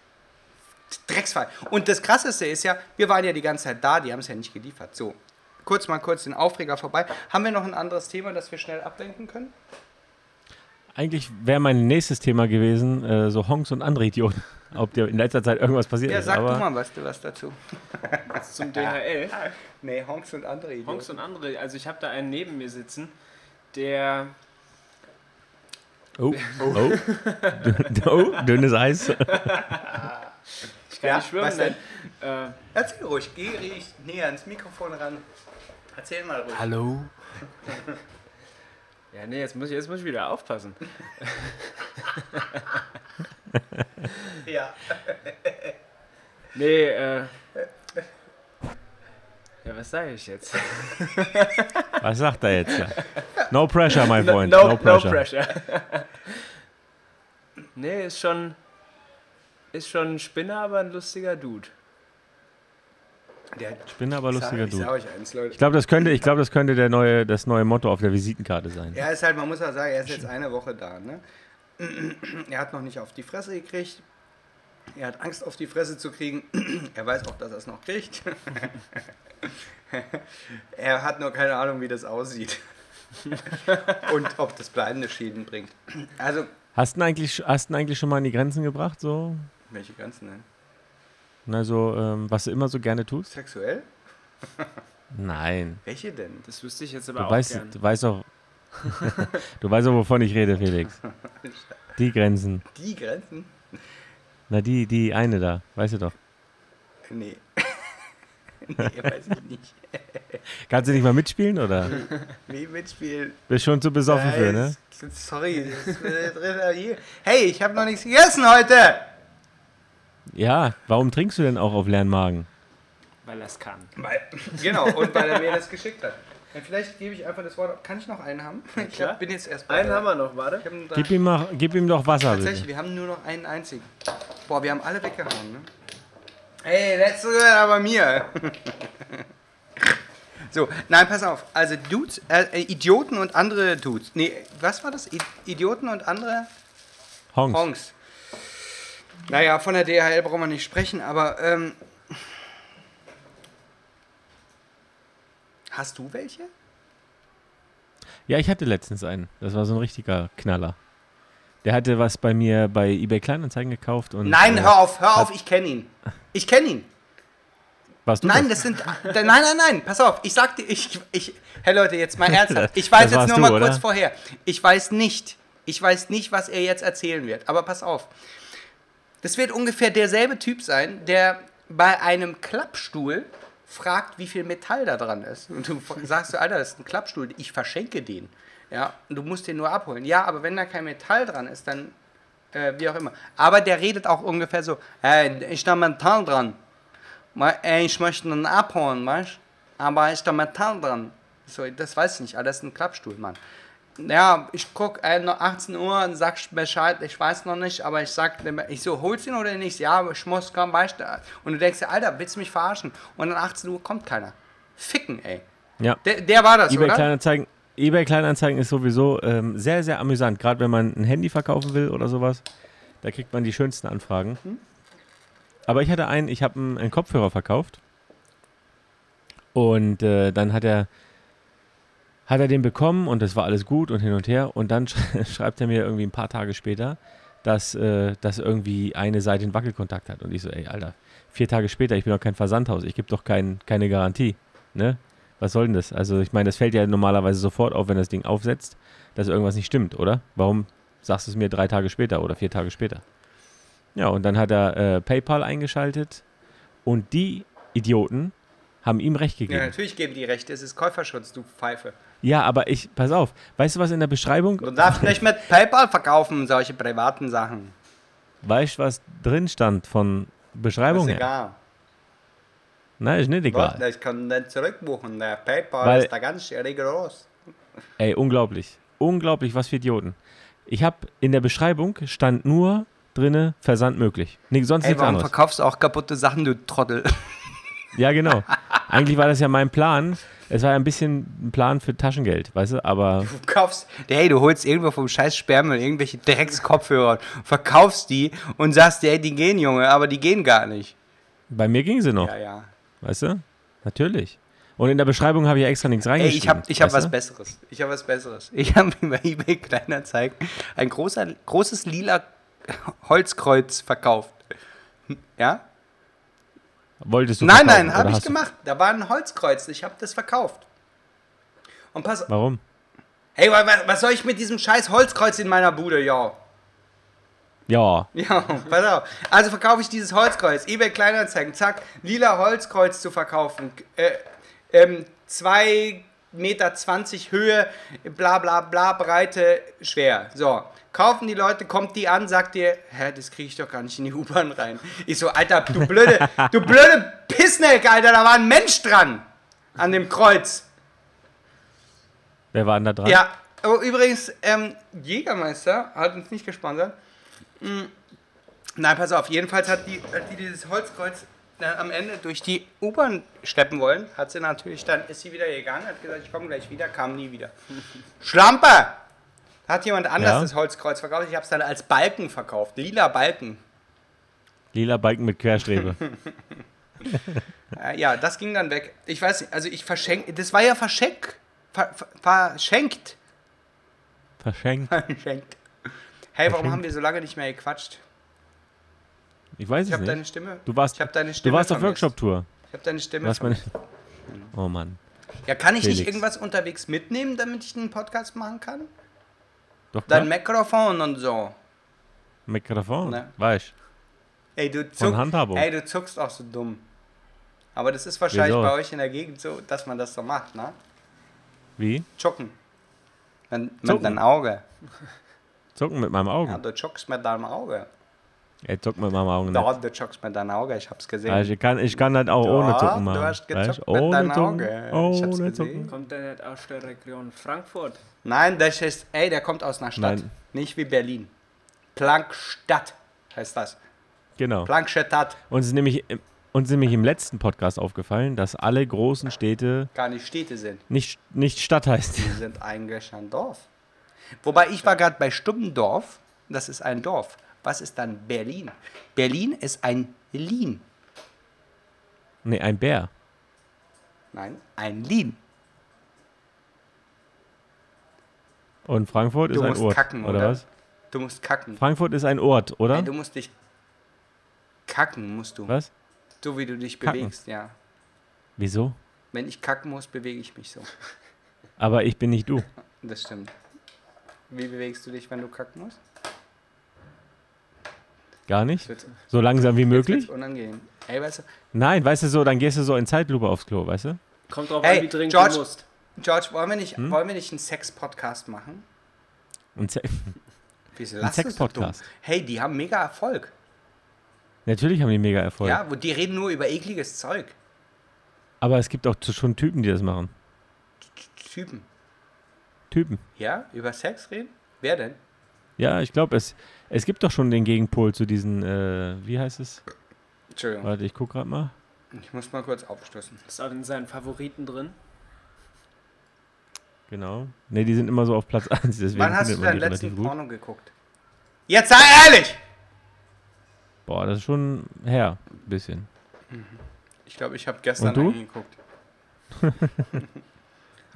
A: Drecksfall. Und das Krasseste ist ja, wir waren ja die ganze Zeit da, die haben es ja nicht geliefert. So, kurz mal kurz den Aufreger vorbei. Haben wir noch ein anderes Thema, das wir schnell ablenken können?
C: Eigentlich wäre mein nächstes Thema gewesen, äh, so Honks und andere Idioten. Ob dir in letzter Zeit irgendwas passiert
A: Ja,
C: ist.
A: sag
C: aber
A: du mal was, was dazu.
B: Jetzt zum DHL.
A: Nee, Honks und andere Idioten.
B: Honks und andere, also ich habe da einen neben mir sitzen, der
C: Oh, oh. oh, dünnes Eis.
B: Ich kann
A: Ja,
B: nicht schwören,
A: was denn?
B: Äh,
A: Erzähl ruhig, geh ruhig näher ans Mikrofon ran. Erzähl mal ruhig.
B: Hallo? ja, nee, jetzt muss, ich, jetzt muss ich wieder aufpassen.
A: Ja.
B: Nee, äh. Ja, was sage ich jetzt?
C: Was sagt er jetzt? da? No pressure, mein
B: No,
C: Freund.
B: no, no
C: pressure.
B: pressure. nee, ist schon, ist schon ein Spinner, aber ein lustiger Dude.
A: Der
C: Ich bin aber lustiger
A: ich sag
C: Dude.
A: euch eins, Leute.
C: Ich glaube, das könnte, ich glaube, das könnte der neue, das neue Motto auf der Visitenkarte sein.
A: Er ist halt, man muss ja sagen, er ist jetzt eine Woche da. Ne? Er hat noch nicht auf die Fresse gekriegt. Er hat Angst, auf die Fresse zu kriegen. Er weiß auch, dass er es noch kriegt. Er hat nur keine Ahnung, wie das aussieht. Und ob das bleibende Schäden bringt. Also,
C: Hast du ihn eigentlich, hast du ihn eigentlich schon mal an die Grenzen gebracht, so?
A: welche Grenzen ne? denn?
C: Na, so, ähm, was du immer so gerne tust?
A: Sexuell?
C: Nein.
A: Welche denn?
B: Das wüsste ich jetzt
C: Du
B: aber auch
C: weißt,
B: gern.
C: du weißt auch, du weißt auch, wovon ich rede, Felix. Die Grenzen.
A: Die Grenzen?
C: Na, die, die eine da, weißt du doch.
A: Nee. nee, weiß ich nicht.
C: Kannst du nicht mal mitspielen, oder?
A: Wie mitspielen?
C: Bist schon zu besoffen
A: Ja,
C: für, ne?
A: ist- Sorry, das ist mir drin, aber hier- hey, ich habe noch nichts gegessen heute.
C: Ja, warum trinkst du denn auch auf leeren Magen?
B: Weil das kann.
A: Weil, genau, und weil er mir das geschickt hat. Und vielleicht gebe ich einfach das Wort ab. Kann ich noch einen haben? Ich
B: klar.
A: hab, bin jetzt erst bei
B: Einen
A: der-
B: haben wir noch, warte.
A: Ich hab einen da.
C: Gib ihm, mal, gib ihm doch Wasser,
A: Tatsächlich,
C: bitte.
A: wir haben nur noch einen einzigen. Boah, wir haben alle weggehauen, ne? Ey, letzte gehört aber mir. so, nein, pass auf. Also Dudes, äh, äh, Idioten und andere Dudes. Nee, was war das? I Idioten und andere...
C: Hongs.
A: Honks. Naja, von der DHL brauchen wir nicht sprechen, aber ähm, hast du welche?
C: Ja, ich hatte letztens einen. Das war so ein richtiger Knaller. Der hatte was bei mir bei eBay Kleinanzeigen gekauft und.
A: Nein,
C: äh,
A: hör auf, hör auf, ich kenne ihn. Ich kenne ihn.
C: Warst du
A: Nein, das
C: das?
A: sind. Nein, nein, nein, pass auf. Ich sagte, ich, ich. Hey Leute, jetzt mal ernsthaft. Ich weiß
C: Das
A: jetzt
C: warst
A: nur
C: du,
A: mal
C: oder?
A: kurz vorher. Ich weiß nicht. Ich weiß nicht, was er jetzt erzählen wird. Aber pass auf. Das wird ungefähr derselbe Typ sein, der bei einem Klappstuhl fragt, wie viel Metall da dran ist. Und du f- sagst, du, Alter, das ist ein Klappstuhl, ich verschenke den. Ja, und du musst den nur abholen. Ja, aber wenn da kein Metall dran ist, dann äh, wie auch immer. Aber der redet auch ungefähr so, hey, ist da Metall dran? Ma- ey, äh, Ich möchte einen abholen, weißt du? Aber ist da Metall dran? So, das weiß ich nicht, aber das ist ein Klappstuhl, Mann. Ja, ich guck, äh, noch 18 Uhr und sagst Bescheid, ich weiß noch nicht, aber ich sag, dem- ich so, holst ihn oder nicht? Ja, aber ich muss kommen, weißt du? Und du denkst dir, Alter, willst du mich verarschen? Und an 18 Uhr kommt keiner. Ficken, ey.
C: Ja.
A: Der, der war das,
C: eBay
A: oder?
C: Kleinanzeigen. eBay Kleinanzeigen ist sowieso ähm, sehr, sehr amüsant. Gerade wenn man ein Handy verkaufen will oder sowas, da kriegt man die schönsten Anfragen.
A: Hm?
C: Aber ich hatte einen, ich habe einen, einen Kopfhörer verkauft. Und äh, dann hat er, hat er den bekommen und das war alles gut und hin und her. Und dann sch- schreibt er mir irgendwie ein paar Tage später, dass, äh, dass irgendwie eine Seite einen Wackelkontakt hat. Und ich so, ey, Alter, vier Tage später, ich bin doch kein Versandhaus, ich gebe doch kein, keine Garantie. Ne? Was soll denn das? Also ich meine, das fällt ja normalerweise sofort auf, wenn das Ding aufsetzt, dass irgendwas nicht stimmt, oder? Warum sagst du es mir drei Tage später oder vier Tage später? Ja, und dann hat er äh, PayPal eingeschaltet und die Idioten haben ihm recht
A: Ja,
C: gegeben.
A: natürlich geben die Rechte, es ist Käuferschutz, du Pfeife.
C: Ja, aber ich, pass auf, weißt du, was in der Beschreibung,
A: Du darfst nicht mit PayPal verkaufen, solche privaten Sachen.
C: weißt du, was drin stand von
A: Das
C: Beschreibung
A: ist
C: her?
A: egal.
C: Nein, ist nicht egal.
A: Was? Ich kann den zurückbuchen. Der PayPal
C: Weil-
A: ist da ganz rigoros.
C: Ey, unglaublich. Unglaublich, was für Idioten. Ich habe in der Beschreibung stand nur drinne Versand möglich. Nee, sonst
A: Ey,
C: nichts
A: warum
C: anderes.
A: verkaufst du auch kaputte Sachen, du Trottel?
C: Ja, genau. Eigentlich war das ja mein Plan. Es war ja ein bisschen ein Plan für Taschengeld, weißt du, aber
A: Du kaufst, hey, du holst irgendwo vom scheiß Sperrmüll irgendwelche Dreckskopfhörer, verkaufst die und sagst dir, ey, die gehen, Junge, aber die gehen gar nicht.
C: bei mir ging sie noch,
A: Ja, ja.
C: weißt du? Natürlich. Und in der Beschreibung habe ich ja extra nichts
A: Ey,
C: reingeschrieben.
A: ich habe ich hab
C: weißt
A: was
C: du?
A: Besseres. Ich habe was Besseres. Ich habe über eBay Kleinanzeigen ein großer, großes lila Holzkreuz verkauft. Ja?
C: Wolltest du
A: Nein,
C: verkaufen
A: nein,
C: oder
A: habe ich
C: hast du-
A: gemacht. Da war ein Holzkreuz. Ich habe das verkauft. Und pass
C: Warum?
A: Hey, wa- wa- was soll ich mit diesem scheiß Holzkreuz in meiner Bude, ja?
C: Ja,
A: Ja, pass auf. Also verkaufe ich dieses Holzkreuz. eBay Kleinanzeigen, zack, lila Holzkreuz zu verkaufen. Äh, ähm, 2,20 Meter Höhe, bla bla bla, Breite, schwer. So, kaufen die Leute, kommt die an, sagt dir, hä, das kriege ich doch gar nicht in die U-Bahn rein. Ich so, Alter, du blöde, du blöde Pissnelke, Alter, da war ein Mensch dran. An dem Kreuz.
C: wer war denn da dran?
A: Ja, Aber übrigens, ähm, Jägermeister hat uns nicht gesponsert. Mm, Nein, pass auf, jedenfalls hat die, hat die dieses Holzkreuz dann am Ende durch die U-Bahn schleppen wollen. Hat sie natürlich, dann ist sie wieder gegangen, hat gesagt, ich komme gleich wieder, kam nie wieder. Schlampe! Hat jemand anders
C: Ja?
A: das Holzkreuz verkauft? Ich habe es dann als Balken verkauft, lila Balken.
C: Lila Balken mit Querstrebe.
A: Äh, ja, das ging dann weg. Ich weiß nicht, also ich verschenke, das war ja verschenk, ver, ver, verschenkt.
C: Verschenkt.
A: Verschenkt. Hey, warum
C: Verschenkt.
A: haben wir so lange nicht mehr gequatscht?
C: Ich weiß
A: Ich
C: es
A: habe deine
C: nicht.
A: Stimme.
C: Du warst,
A: ich hab deine
C: du
A: Stimme
C: warst auf
A: vermisst.
C: Workshop-Tour.
A: Ich habe deine
C: Du
A: Stimme.
C: hast meine-
A: vermisst.
C: Oh Mann.
A: ja, kann ich nicht
C: Felix.
A: irgendwas unterwegs mitnehmen, damit ich einen Podcast machen kann?
C: Doch,
A: Dein
C: klar.
A: Mikrofon und so.
C: Mikrofon.
A: Ne.
C: Weißt
A: Ey du,
C: Von
A: zuck,
C: Handhabung.
A: ey, du zuckst auch so dumm. Aber das ist wahrscheinlich
C: Wieso?
A: bei euch in der Gegend so, dass man das so macht, ne?
C: Wie?
A: Zucken. Man,
C: Zucken.
A: mit deinem Auge.
C: Zucken mit meinem
A: Ja,
C: Augen.
A: du zuckst mit deinem Auge.
C: Er zuckt mit meinem Augen.
A: Ja, du zuckst mit deinem Auge, ich hab's gesehen.
C: Weißt, ich, kann, ich kann das auch
A: Ja,
C: ohne Zucken machen.
A: du hast gezuckt
C: weißt,
A: mit
C: ohne
A: deinem
C: Zucken.
A: Auge. Ich hab's
C: Ohne
A: gesehen.
C: Zucken.
B: Kommt der nicht aus der Region Frankfurt?
A: Nein, das ist, ey, der kommt aus einer Stadt.
C: Nein.
A: Nicht wie Berlin. Plankstadt heißt das.
C: Genau.
A: Plankstadt,
C: Uns ist, nämlich, im- uns ist nämlich im letzten Podcast aufgefallen, dass alle großen Städte
A: gar nicht Städte sind.
C: nicht, nicht Stadt heißt.
A: Die sind eigentlich ein Dorf. Wobei ich war gerade bei Stubbendorf. Das ist ein Dorf. Was ist dann Berlin? Berlin ist ein Lin.
C: Nee, ein Bär.
A: Nein, ein Lin.
C: Und Frankfurt
A: Du
C: ist ein
A: musst
C: Ort.
A: kacken,
C: oder,
A: oder?
C: was?
A: Du musst kacken.
C: Frankfurt ist ein Ort, oder?
A: Ey, du musst dich kacken, musst du.
C: was?
A: So wie du dich
C: Kacken.
A: bewegst, ja.
C: Wieso?
A: Wenn ich kacken muss, bewege ich mich so.
C: Aber ich bin nicht du.
A: Das stimmt. Wie bewegst du dich, wenn du kacken musst?
C: Gar nicht?
A: Wird's-
C: So langsam wie
A: Wird's
C: möglich?
A: unangenehm. Ey, weißt du,
C: Nein, weißt du so, dann gehst du so in Zeitlupe aufs Klo, weißt du?
B: Kommt drauf
A: Hey,
B: an, wie dringend
A: George.
B: du musst.
A: George, wollen wir
C: Hm?
A: nicht, wollen wir nicht einen Sex-Podcast machen?
C: Und Ze-
A: Wieso
C: Ein
A: lasst du so
C: Sex-Podcast.
A: dumm? Hey, die haben mega Erfolg.
C: Natürlich haben die mega Erfolg.
A: Ja, wo die reden nur über ekliges Zeug.
C: Aber es gibt auch zu- schon Typen, die das machen.
A: Typen.
C: Typen.
A: Ja, über Sex reden? Wer denn?
C: Ja, ich glaube, es, es gibt doch schon den Gegenpol zu diesen, äh, wie heißt es?
A: Entschuldigung.
C: Warte, ich guck grad mal.
A: Ich muss mal kurz aufstoßen.
B: Ist auch in seinen Favoriten drin.
C: Genau. Ne, die sind immer so auf Platz 1, deswegen
A: Wann hast du
C: findet man
A: deinen
C: die
A: letzten
C: relativ gut.
A: Porno geguckt? Jetzt sei ehrlich!
C: Boah, das ist schon her, ein bisschen.
A: Ich glaube, ich habe gestern
C: Und du?
A: einen geguckt. habe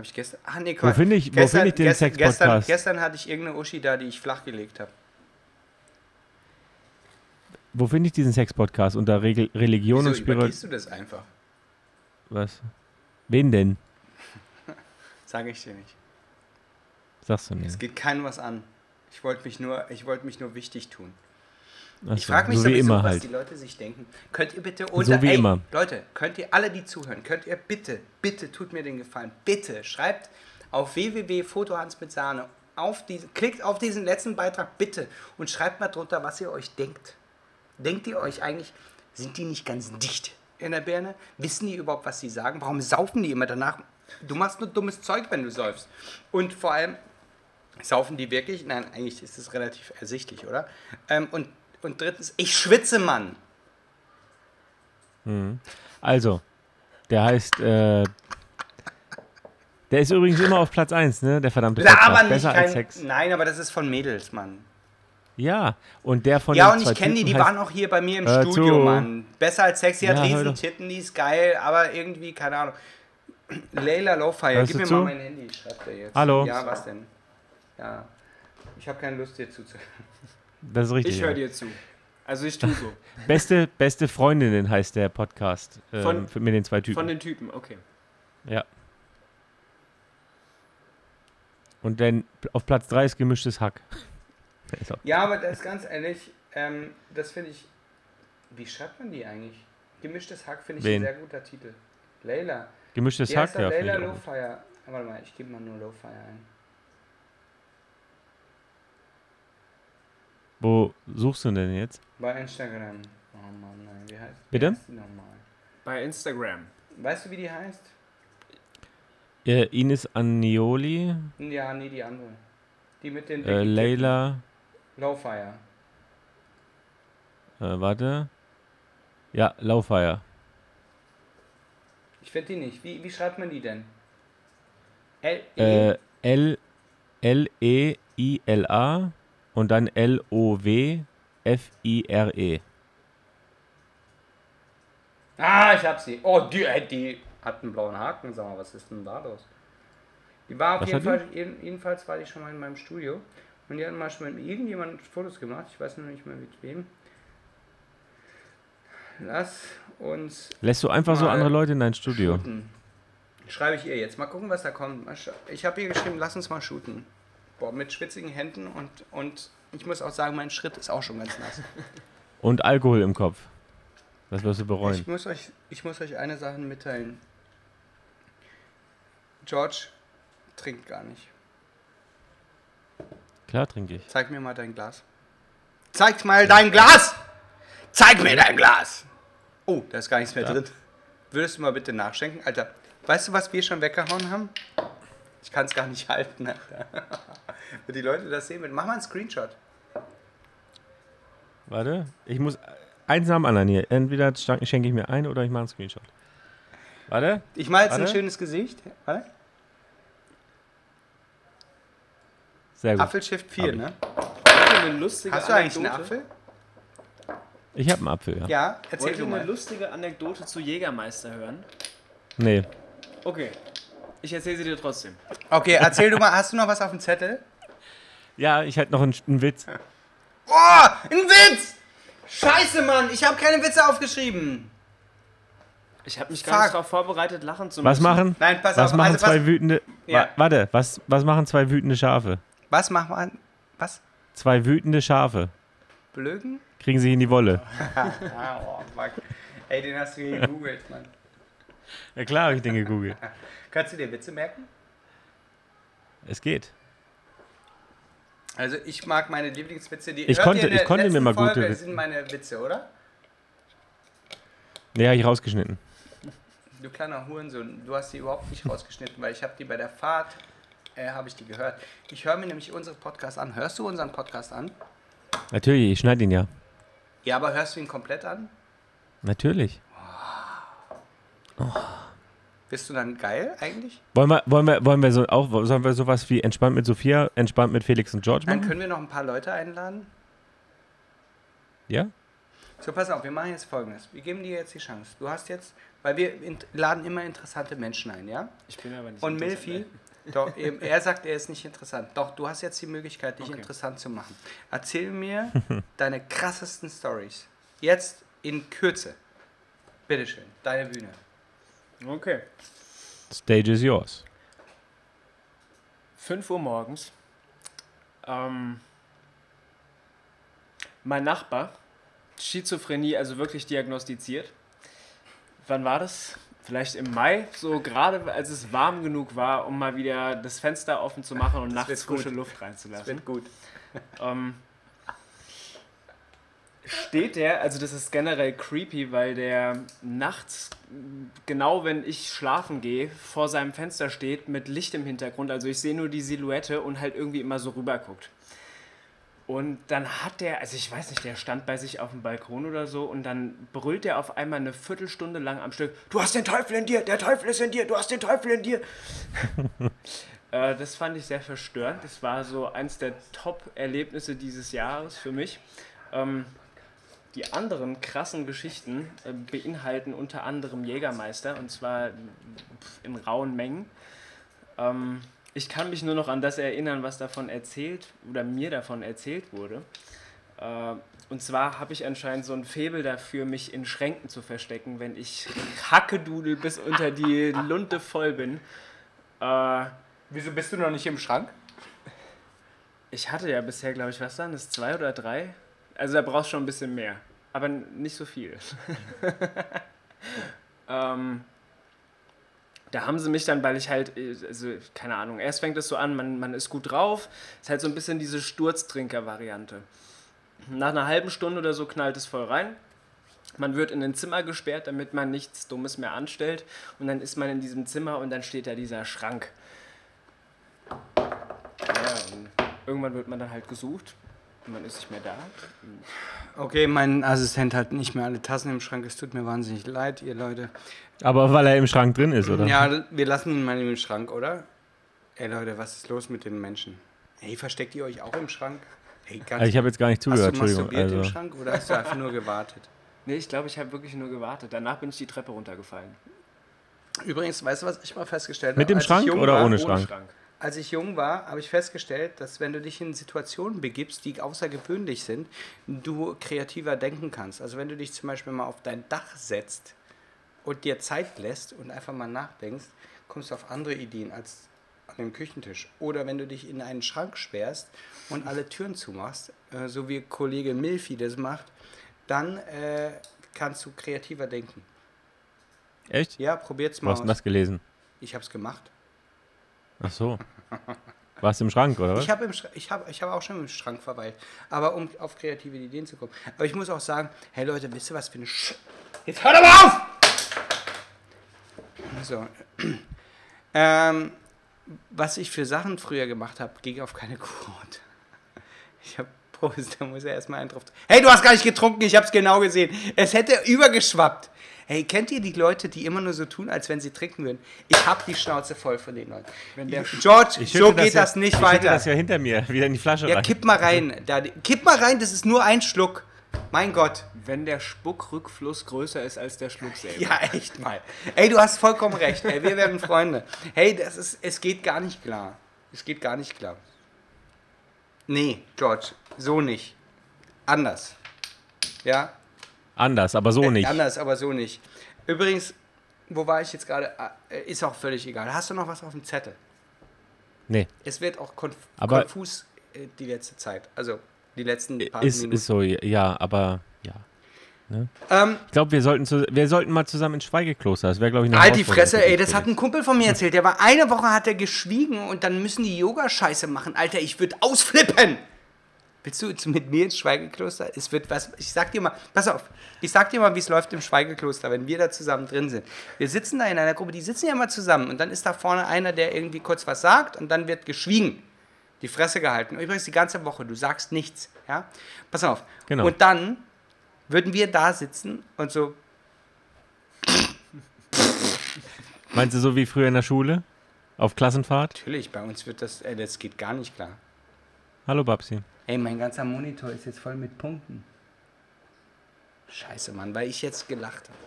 A: ich gestern? Ach nee,
C: Wo
A: Quatsch.
C: finde ich, wo
A: Gestern-
C: find ich den
A: gestern, gestern,
C: Sex-Podcast?
A: gestern hatte ich irgendeine Uschi da, die ich flachgelegt habe.
C: Wo finde ich diesen Sex-Podcast? Unter Regel, Religion
A: Wieso
C: und Spiritualität.
A: übergehst du das einfach?
C: Was? Wen denn?
A: Sage ich dir nicht.
C: Sagst du mir.
A: Es geht keinem was an. Ich wollte mich, nur- ich wollte mich nur wichtig tun.
C: Ach
A: Ich
C: so,
A: frage mich
C: so wie
A: sowieso,
C: immer
A: was
C: halt.
A: die Leute sich denken. Könnt ihr bitte unter,
C: So wie immer.
A: Leute, könnt ihr alle, die zuhören, könnt ihr bitte, bitte tut mir den Gefallen, bitte schreibt auf www.fotohans mit Sahne, auf diesen, klickt auf diesen letzten Beitrag bitte und schreibt mal drunter, was ihr euch denkt. Denkt ihr euch eigentlich, sind die nicht ganz dicht in der Birne? Wissen die überhaupt, was sie sagen? Warum saufen die immer danach? Du machst nur dummes Zeug, wenn du säufst. Und vor allem, Saufen die wirklich? Nein, eigentlich ist es relativ ersichtlich, oder? Ähm, und, und drittens, ich schwitze, Mann.
C: Also, der heißt, äh, der ist übrigens immer auf Platz 1, ne? Der verdammte
A: Laber
C: Podcast.
A: nicht
C: Besser
A: kein,
C: als Sex.
A: Nein, aber das ist von Mädels, Mann.
C: Ja, und der von
A: ja,
C: den
A: und
C: zwei
A: ich kenne die,
C: Typen
A: die
C: heißt-
A: waren auch hier bei mir im
C: Hör
A: Studio,
C: zu.
A: Mann. Besser als Sex, die
C: Ja,
A: hat
C: hör
A: riesen
C: doch.
A: Titten, die ist geil, aber irgendwie, keine Ahnung. Layla Lowfire,
C: Hörst
A: gib
C: du
A: mir
C: zu?
A: mal mein Handy, schreibt er jetzt.
C: Hallo.
A: Ja, was denn? Ja. Ich habe keine Lust, dir zuzuhören.
C: Das ist richtig.
B: Ich
C: ja.
B: höre dir zu. Also ich tue so.
C: Beste, beste Freundinnen heißt der Podcast. Ähm,
B: Von-
C: für- mit den zwei Typen.
B: Von den Typen, okay.
C: ja. Und dann auf Platz 3 ist gemischtes Hack. Ist auch-
A: Ja, aber das ist ganz ehrlich, ähm, das finde ich. Wie schreibt man die eigentlich? Gemischtes Hack finde ich
C: Wen?
A: ein sehr guter Titel. Layla.
C: Gemischtes
A: Wie
C: Hack,
A: heißt er?
C: ja. finde
A: Layla
C: ich auch gut.
A: Lowfire. Ah, Warte mal, ich gebe mal nur Lowfire ein.
C: Wo suchst du denn jetzt?
A: Bei Instagram. Oh Mann, nein, wie heißt
C: Bitte?
A: Wie heißt die nochmal?
B: Bei Instagram.
A: Weißt du, wie die heißt?
C: Äh, Ines Annioli,
A: Ja, nee, die andere. Die mit den
C: äh, Leila,
A: Lowfire.
C: äh, warte. Ja, Lauffeier.
A: Ich finde die nicht. Wie, wie schreibt man die denn? L E.
C: Äh, L, L, E, I, L, A und dann L, O, W, F, I, R, E.
A: Ah, ich hab sie. Oh, die, äh, die hat einen blauen Haken. Sag mal, was ist denn da los? Die war auf
C: Was
A: jeden
C: hat die?
A: Fall, jeden, jedenfalls war die schon mal in meinem Studio. Und die hat mal schon mit irgendjemandem Fotos gemacht. Ich weiß noch nicht mehr mit wem. Lass uns
C: Lässt du einfach so
A: Mal
C: andere Leute in dein Studio?
A: shooten. Schreibe ich ihr jetzt. Mal gucken, was da kommt. Mal scha- Ich habe ihr geschrieben, lass uns mal shooten. Boah, mit schwitzigen Händen und, und ich muss auch sagen, mein Schritt ist auch schon ganz nass.
C: Und Alkohol im Kopf. Das wirst du bereuen.
A: Ich muss, euch, ich muss euch eine Sache mitteilen. George trinkt gar nicht.
C: Klar trinke ich.
A: Zeig mir mal dein Glas. Zeig mal dein Glas! Zeig mir dein Glas! Oh, da ist gar nichts mehr
C: Da.
A: drin. Würdest du mal bitte nachschenken? Alter, weißt du, was wir schon weggehauen haben? Ich kann es gar nicht halten, Alter. Wenn die Leute das sehen, würden, mach mal einen Screenshot.
C: Warte, ich muss äh, eins nach dem anderen hier. Entweder schen- schenke ich mir ein oder ich mache einen Screenshot. Warte.
A: Ich mache jetzt ein
C: Warte. Hm.
A: schönes Gesicht. Warte.
C: Sehr gut.
A: Apfel Shift 4,
C: Hab ich.
A: ne?
B: Eine lustige
A: Hast du eigentlich einen
B: Anekdote.
A: Apfel?
C: Ich habe einen Apfel, ja.
A: Ja, erzähl
B: Wollt ihr
A: du
B: eine
A: mal.
B: lustige Anekdote zu Jägermeister hören?
C: Nee.
B: Okay, ich erzähle sie dir trotzdem.
A: Okay, erzähl du mal, hast du noch was auf dem Zettel?
C: Ja, ich hätte noch einen, einen Witz.
A: Oh, ein Witz! Scheiße, Mann, ich habe keine Witze aufgeschrieben.
B: Ich habe mich gar
A: Fuck.
B: nicht darauf vorbereitet, lachen zu müssen.
C: Was machen?
A: Nein, pass
C: Was
A: auf,
C: machen
A: also
C: zwei
A: was-
C: wütende.
A: Ja.
C: Wa- Warte, was, was machen zwei wütende Schafe?
A: Was machen wir an? Was?
C: Zwei wütende Schafe.
A: Blögen?
C: Kriegen sich in die Wolle.
A: Ah, oh, fuck. Ey, den hast du hier gegoogelt, Mann.
C: Ja klar, habe ich den gegoogelt.
A: Kannst du dir Witze merken?
C: Es geht.
A: Also, ich mag meine Lieblingswitze, die
C: Ich
A: hört
C: konnte-
A: ihr in der
C: ich konnte mir
A: letzten
C: mal gute
A: Folge,
C: Witze-
A: sind meine Witze, oder?
C: Nee, habe ich rausgeschnitten.
A: Du kleiner Hurensohn, du hast die überhaupt nicht rausgeschnitten, weil ich habe die bei der Fahrt, äh, habe ich die gehört. Ich höre mir nämlich unsere Podcast an. Hörst du unseren Podcast an?
C: Natürlich, ich schneide ihn ja.
A: Ja, aber hörst du ihn komplett an?
C: Natürlich.
A: Bist du dann geil eigentlich?
C: Wollen wir, wollen wir, wollen wir so auch, sollen wir sowas wie entspannt mit Sophia, entspannt mit Felix und George
A: Dann
C: machen?
A: können wir noch ein paar Leute einladen.
C: Ja?
A: So, pass auf, wir machen jetzt folgendes. Wir geben dir jetzt die Chance. Du hast jetzt, weil wir in- laden immer interessante Menschen ein, ja?
B: Ich bin aber nicht
A: Und
B: interessant,
A: Milfi,
B: ne?
A: doch, eben, er sagt, er ist nicht interessant. Doch, du hast jetzt die Möglichkeit, dich
B: Okay.
A: interessant zu machen. Erzähl mir deine krassesten Stories. Jetzt in Kürze. Bitteschön, deine Bühne.
B: Okay.
C: Stage is yours.
B: 5 Uhr morgens. Ähm, mein Nachbar, Schizophrenie, also wirklich diagnostiziert. Wann war das? Vielleicht im Mai, so gerade als es warm genug war, um mal wieder das Fenster offen zu machen und nachts
A: wird gut.
B: frische Luft reinzulassen.
A: gut.
B: Ähm, steht der, also das ist generell creepy, weil der nachts, genau wenn ich schlafen gehe, vor seinem Fenster steht mit Licht im Hintergrund. Also ich sehe nur die Silhouette und halt irgendwie immer so rüber guckt. Und dann hat der, also ich weiß nicht, der stand bei sich auf dem Balkon oder so und dann brüllt er auf einmal eine Viertelstunde lang am Stück, du hast den Teufel in dir, der Teufel ist in dir, du hast den Teufel in dir. Äh, das fand ich sehr verstörend. Das war so eins der Top-Erlebnisse dieses Jahres für mich. Ähm, die anderen krassen Geschichten äh, beinhalten unter anderem Jägermeister und zwar pf, in rauen Mengen. Ähm, ich kann mich nur noch an das erinnern, was davon erzählt oder mir davon erzählt wurde. Äh, und zwar habe ich anscheinend so ein Faible dafür, mich in Schränken zu verstecken, wenn ich Hackedudel bis unter die Lunte voll bin. Äh,
A: Wieso bist du noch nicht im Schrank?
B: ich hatte ja bisher, glaube ich, was waren das? Zwei oder drei? Also da brauchst du schon ein bisschen mehr. Aber n- nicht so viel. ähm, da haben sie mich dann, weil ich halt, äh, also keine Ahnung, erst fängt es so an, man, man ist gut drauf. Ist halt so ein bisschen diese Sturztrinker-Variante. Nach einer halben Stunde oder so knallt es voll rein. Man wird in ein Zimmer gesperrt, damit man nichts Dummes mehr anstellt. Und dann ist man in diesem Zimmer und dann steht da dieser Schrank. Ja, und irgendwann wird man dann halt gesucht. Und man ist nicht mehr da.
A: Okay, mein Assistent hat nicht mehr alle Tassen im Schrank. Es tut mir wahnsinnig leid, ihr Leute.
C: Aber weil er im Schrank drin ist, oder?
A: Ja, wir lassen ihn mal im Schrank, oder? Ey Leute, was ist los mit den Menschen? Ey, versteckt ihr euch auch im Schrank? Ey, ganz
C: Also ich habe jetzt gar nicht
A: hast du
C: zugehört, Entschuldigung.
A: masturbiert im
C: Also,
A: Schrank oder hast du einfach nur gewartet?
B: Nee, ich glaube, ich habe wirklich nur gewartet. Danach bin ich die Treppe runtergefallen.
A: Übrigens, weißt du, was ich mal festgestellt habe?
C: mit dem
A: Als ich
C: Schrank
A: jung
C: oder
A: war,
C: ohne
B: Ohne
C: Schrank?
B: Schrank.
A: Als ich jung war, habe ich festgestellt, dass wenn du dich in Situationen begibst, die außergewöhnlich sind, du kreativer denken kannst. Also wenn du dich zum Beispiel mal auf dein Dach setzt und dir Zeit lässt und einfach mal nachdenkst, kommst du auf andere Ideen als an dem Küchentisch. Oder wenn du dich in einen Schrank sperrst und alle Türen zumachst, äh, so wie Kollege Milfi das macht, dann äh, kannst du kreativer denken.
C: Echt?
A: Ja, probiert's
C: Wo
A: mal
C: hast du
A: aus.
C: das gelesen?
A: Ich habe es gemacht.
C: Ach so. Warst du im Schrank, oder was?
A: Ich habe im Schra- ich hab, ich hab auch schon im Schrank verweilt. Aber um auf kreative Ideen zu kommen. Aber ich muss auch sagen, hey Leute, wisst ihr was für eine Sch Jetzt hört doch mal auf! So. Ähm, was ich für Sachen früher gemacht habe, ging auf keine Kurort. Ich habe Prost, da muss er erstmal einen drauf. Hey, du hast gar nicht getrunken, ich hab's genau gesehen. Es hätte übergeschwappt. Hey, kennt ihr die Leute, die immer nur so tun, als wenn sie trinken würden? Ich hab die Schnauze voll von den Leuten. George, so
C: schütte
A: geht
C: ja-
A: das nicht
C: ich schütte
A: weiter.
C: das ja hinter mir, wieder in die Flasche
A: Ja,
C: rein.
A: kipp mal rein. Da, kipp mal rein, das ist nur ein Schluck. Mein Gott.
B: Wenn der Spuckrückfluss größer ist als der Schluck selber.
A: Ja, echt mal. Ey, du hast vollkommen recht. Ey, wir werden Freunde. Hey, das ist, es geht gar nicht klar. Es geht gar nicht klar. Nee, George, so nicht. Anders. Ja?
C: Anders, aber so nicht.
A: Äh, Anders, aber so nicht. Übrigens, wo war ich jetzt gerade? Ah, Ist auch völlig egal. Hast du noch was auf dem Zettel?
C: Nee,
A: Es wird auch konf
C: Aber- Äh,
A: konfus äh, die letzte Zeit. Also, die letzten paar
C: ist,
A: Minuten.
C: ist so, ja, aber ja.
A: Ähm,
C: Ich glaube, wir, sollten zu- wir sollten mal zusammen ins Schweigekloster. Das wäre, glaube ich, eine
A: Halt die
C: Herausforderung
A: Fresse,
C: für
A: ey,
C: dich,
A: das hat ein Kumpel von mir erzählt. Der war eine Woche hat er geschwiegen und dann müssen die Yoga-Scheiße machen. Alter, ich würde ausflippen. Willst du jetzt mit mir ins Schweigekloster? Es wird was. Ich sag dir mal, pass auf, ich sag dir mal, wie es läuft im Schweigekloster, wenn wir da zusammen drin sind. Wir sitzen da in einer Gruppe, die sitzen ja immer zusammen und dann ist da vorne einer, der irgendwie kurz was sagt und dann wird geschwiegen. Die Fresse gehalten. Übrigens die ganze Woche, du sagst nichts. Ja? Pass auf.
C: Genau.
A: Und dann würden wir da sitzen und so
C: Meinst du so wie früher in der Schule? Auf Klassenfahrt?
A: Natürlich, bei uns wird das, äh, das geht gar nicht klar.
C: Hallo, Babsi.
A: Ey, mein ganzer Monitor ist jetzt voll mit Punkten. Scheiße, Mann, weil ich jetzt gelacht habe.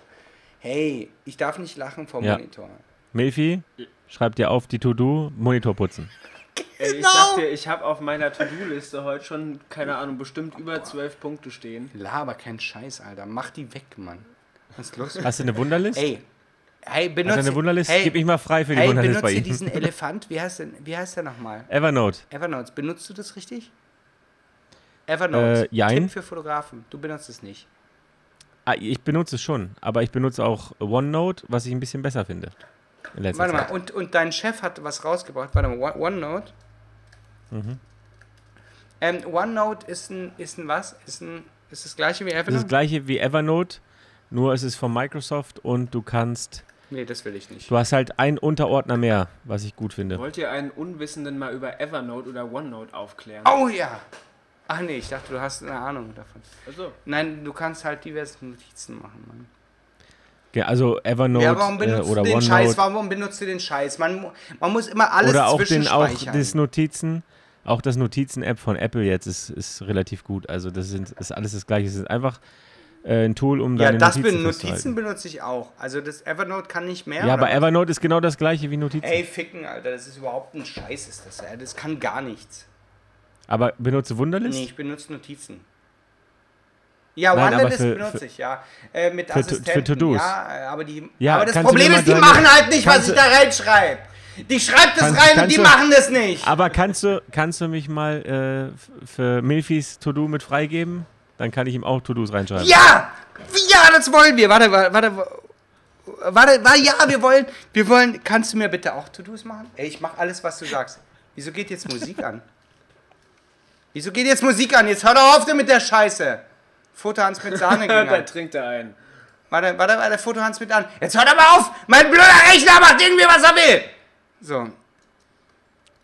A: Hey, ich darf nicht lachen vor
C: Ja.
A: Monitor.
C: Milfi, schreib dir auf die To-Do, Monitor putzen.
B: Ey,
A: genau.
B: ich sag dir, ich habe auf meiner To-Do-Liste heute schon, keine Ahnung, bestimmt über zwölf Punkte stehen.
A: Laber kein Scheiß, Alter. Mach die weg, Mann. Was ist los? mit-
C: Hast du eine Wunderlist?
A: Ey, hey, benutze...
C: Hast du eine Wunderlist?
A: Hey,
C: Gib mich mal frei für die
A: hey,
C: Wunderlist
A: benutze
C: bei ihm.
A: diesen Elefant. Wie heißt, denn, wie heißt der nochmal?
C: Evernote.
A: Evernote. Benutzt du das richtig? Evernote.
C: Äh, jein.
A: Tipp für Fotografen. Du benutzt es nicht.
C: Ah, ich benutze es schon, aber ich benutze auch OneNote, was ich ein bisschen besser finde. In letzter
A: Warte
C: Zeit.
A: mal, und, und dein Chef hat was rausgebracht. Warte mal, One- OneNote.
C: Mhm.
A: Ähm, OneNote ist ein, ist ein was? Ist, ein, ist das gleiche wie
C: Das ist
A: Evernote?
C: das gleiche wie Evernote, nur es ist von Microsoft und du kannst,
A: nee, das will ich nicht.
C: du hast halt einen Unterordner mehr, was ich gut finde.
B: Wollt ihr einen Unwissenden mal über Evernote oder OneNote aufklären?
A: Oh ja! Ach nee, ich dachte, du hast eine Ahnung davon.
B: Also,
A: Nein, du kannst halt diverse Notizen machen, Mann.
C: Ge- Also Evernote
A: ja, warum
C: äh,
A: benutzt
C: oder
A: du den
C: OneNote
A: Scheiß? Warum benutzt du den Scheiß? Man, mu- man muss immer alles
C: oder auch den auch
A: zwischenspeichern.
C: das Notizen, auch das Notizen-App von Apple jetzt ist, ist relativ gut. Also das sind, ist alles das Gleiche. Es ist einfach äh, ein Tool, um
A: ja,
C: deine
A: das
C: Notizen
A: Notizen, Notizen
C: festzuhalten.
A: benutze ich auch. Also das Evernote kann nicht mehr.
C: Ja,
A: oder
C: aber
A: was?
C: Evernote ist genau das Gleiche wie Notizen.
A: Ey, ficken, Alter, das ist überhaupt ein Scheiß, ist das. Alter. Das kann gar nichts.
C: Aber benutze Wunderlist?
A: Nee, ich benutze Notizen. Ja,
C: Nein, aber
A: OneList
C: für-
A: benutze
C: für-
A: ich, ja. Äh, mit
C: für To- für
A: Assistenten.
C: To-Dos.
A: Ja, äh, aber, die,
C: Ja,
A: aber das
C: kannst du
A: Problem
C: mir mal
A: ist, die
C: deine-
A: machen halt nicht, was
C: kannst
A: ich
C: du-
A: da reinschreibe. Die schreibt es
C: Kannst-
A: rein und
C: kannst
A: die
C: du- Ah.
A: machen das nicht.
C: Aber kannst du, kannst du mich mal äh, f- für Milfis To-Do mit freigeben? Dann kann ich ihm auch To-Dos reinschreiben.
A: Ja! Ja, das wollen wir. Warte, warte, warte. Warte, warte, ja, wir wollen, wir wollen, kannst du mir bitte auch To-Dos machen? Ey, ich mach alles, was du sagst. Wieso geht jetzt Musik an? Wieso geht jetzt Musik an? Jetzt hör doch auf damit mit der Scheiße. Fotohans mit Sahne
B: da
A: gegangen.
B: trinkt er ein.
A: Warte, warte, warte, Fotohans mit an. Jetzt hört aber auf! Mein blöder Rechner macht irgendwie, was er will! So,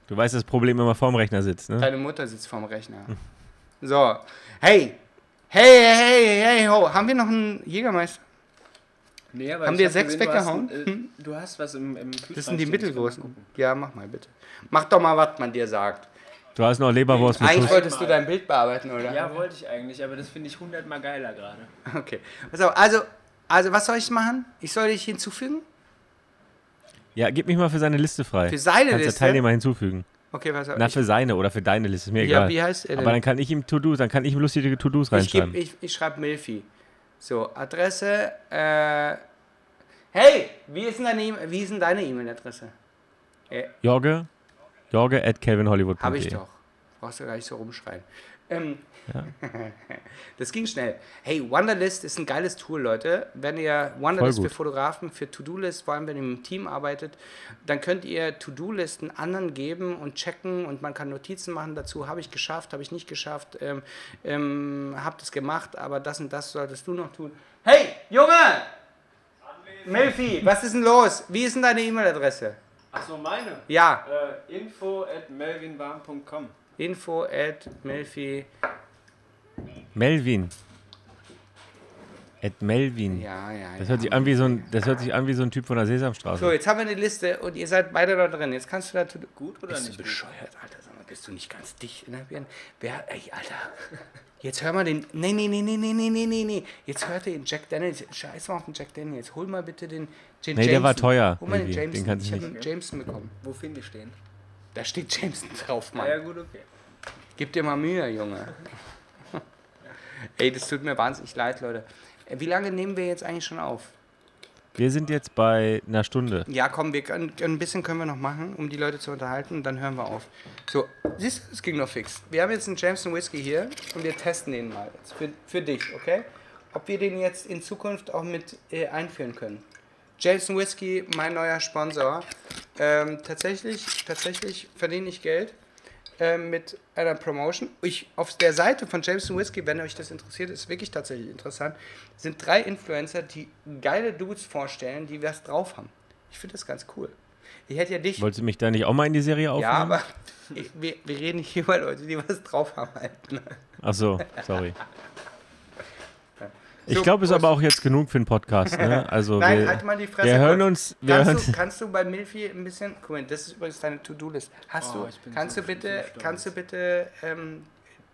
C: Du weißt, das Problem, wenn man vorm Rechner sitzt, ne?
A: deine Mutter sitzt vorm Rechner. So, hey! Hey, hey, hey, ho! Haben wir noch einen Jägermeister?
B: Nee, aber
A: Haben
B: ich
A: dir
B: hab
A: sechs
B: gesehen, du hast
A: weggehauen? Hm?
B: ein- äh, Du hast was im, im Kühlschrank.
A: Das sind die
B: stehen, ich kann mal
A: mittelgroßen.
B: gucken.
A: Ja, mach mal bitte. Mach doch mal, was man dir sagt.
C: Du hast noch Leberwurst mit
A: Eigentlich
C: Schuss.
A: wolltest du dein Bild bearbeiten, oder?
B: Ja, wollte ich eigentlich, aber das finde ich hundertmal geiler gerade.
A: Okay. Pass auf, also, also, was soll ich machen? Ich soll dich hinzufügen?
C: Ja, gib mich mal für seine Liste frei.
A: Für seine
C: Kannst
A: Liste?
C: du Teilnehmer hinzufügen.
A: Okay, pass auf.
C: Na,
A: ich
C: für seine oder für deine Liste, ist mir
A: Ja,
C: egal.
A: wie heißt er denn?
C: Aber dann kann ich ihm To-Dos, dann kann ich ihm lustige To-Dos
A: ich, geb-
C: reinschreiben.
A: ich, ich schreibe Milfi. So, Adresse. Äh, hey, wie ist denn deine E- wie ist denn deine E-Mail-Adresse?
C: Jorge, Jorge at calvinhollywood.de.
A: Habe ich doch. Brauchst du gar nicht so rumschreien. Ähm, das ging schnell. Hey, Wanderlist ist ein geiles Tool, Leute. Wenn ihr Wanderlist für
C: Voll gut.
A: Fotografen, für To-Do-List, vor allem wenn ihr im Team arbeitet, dann könnt ihr To-Do-Listen anderen geben und checken und man kann Notizen machen dazu. Habe ich geschafft, habe ich nicht geschafft, ähm, ähm, habe das gemacht, aber das und das solltest du noch tun. Hey, Junge! Melfi, was ist denn los? Wie ist denn deine E-Mail-Adresse?
B: Achso, meine.
A: Ja.
B: Äh, info at melvinwarm.com.
A: Info at Melfi.
C: Melvin. At Melvin.
A: Ja, ja,
C: Das
A: ja.
C: hört, sich an wie so ein, das hört sich an wie so ein Typ von der Sesamstraße.
A: So, jetzt haben wir eine Liste und ihr seid beide da drin. Jetzt kannst du da.
B: Gut oder
A: Bist du
B: nicht?
A: bescheuert, Alter? Sag mal, bist du nicht ganz dicht in der Birne? Wer, ey, Alter. Jetzt hör mal den. Nee, nee, nee, nee, nee, nee, nee, nee, nee. Jetzt hört ihr den Jack Daniels. Scheiß mal auf den Jack Daniels. Hol mal bitte den. den
C: Nee, der war teuer,
A: Hol mal den
C: irgendwie.
A: Jameson.
C: Den kannst
A: ich
C: du
A: habe einen Jameson bekommen.
B: Wo finde ich den?
A: Da steht Jameson drauf,
B: Ah,
A: Mann.
B: ja, gut, okay.
A: Gib dir mal Mühe, Junge. ey, das tut mir wahnsinnig leid, Leute. Äh, Wie lange nehmen wir jetzt eigentlich schon auf?
C: Wir sind jetzt bei einer Stunde.
A: Ja, komm, wir können, ein bisschen können wir noch machen, um die Leute zu unterhalten und dann hören wir auf. So, siehst du, es ging noch fix. Wir haben jetzt einen Jameson Whisky hier und wir testen den mal jetzt für, für dich, okay? Ob wir den jetzt in Zukunft auch mit äh, einführen können. Jameson Whisky, mein neuer Sponsor. Ähm, tatsächlich, tatsächlich verdiene ich Geld ähm, mit einer Promotion. Ich, auf der Seite von Jameson Whiskey, wenn euch das interessiert, ist wirklich tatsächlich interessant, sind drei Influencer, die geile Dudes vorstellen, die was drauf haben. Ich finde das ganz cool. Ich hätte ja dich.
C: Wolltest du mich da nicht auch mal in die Serie
A: ja,
C: aufnehmen?
A: aber ich, wir, wir reden hier über Leute, die was drauf haben. halt. Alter.
C: Ach so, sorry.
A: So,
C: Ich glaube, es ist
A: Prost.
C: aber auch jetzt genug für den Podcast. Ne? Also
A: Nein,
C: wir,
A: halt mal die Fresse.
C: wir hören
A: kurz.
C: uns. Wir hören,
A: Kannst du, kannst du bei Milfi ein bisschen. Guck mal, das ist übrigens deine To-Do-List. Hast
B: Oh, ich
A: du.
B: bin
A: Kannst
B: so-
A: du
B: ich bin so
A: bitte,
B: stolz.
A: kannst du bitte ähm,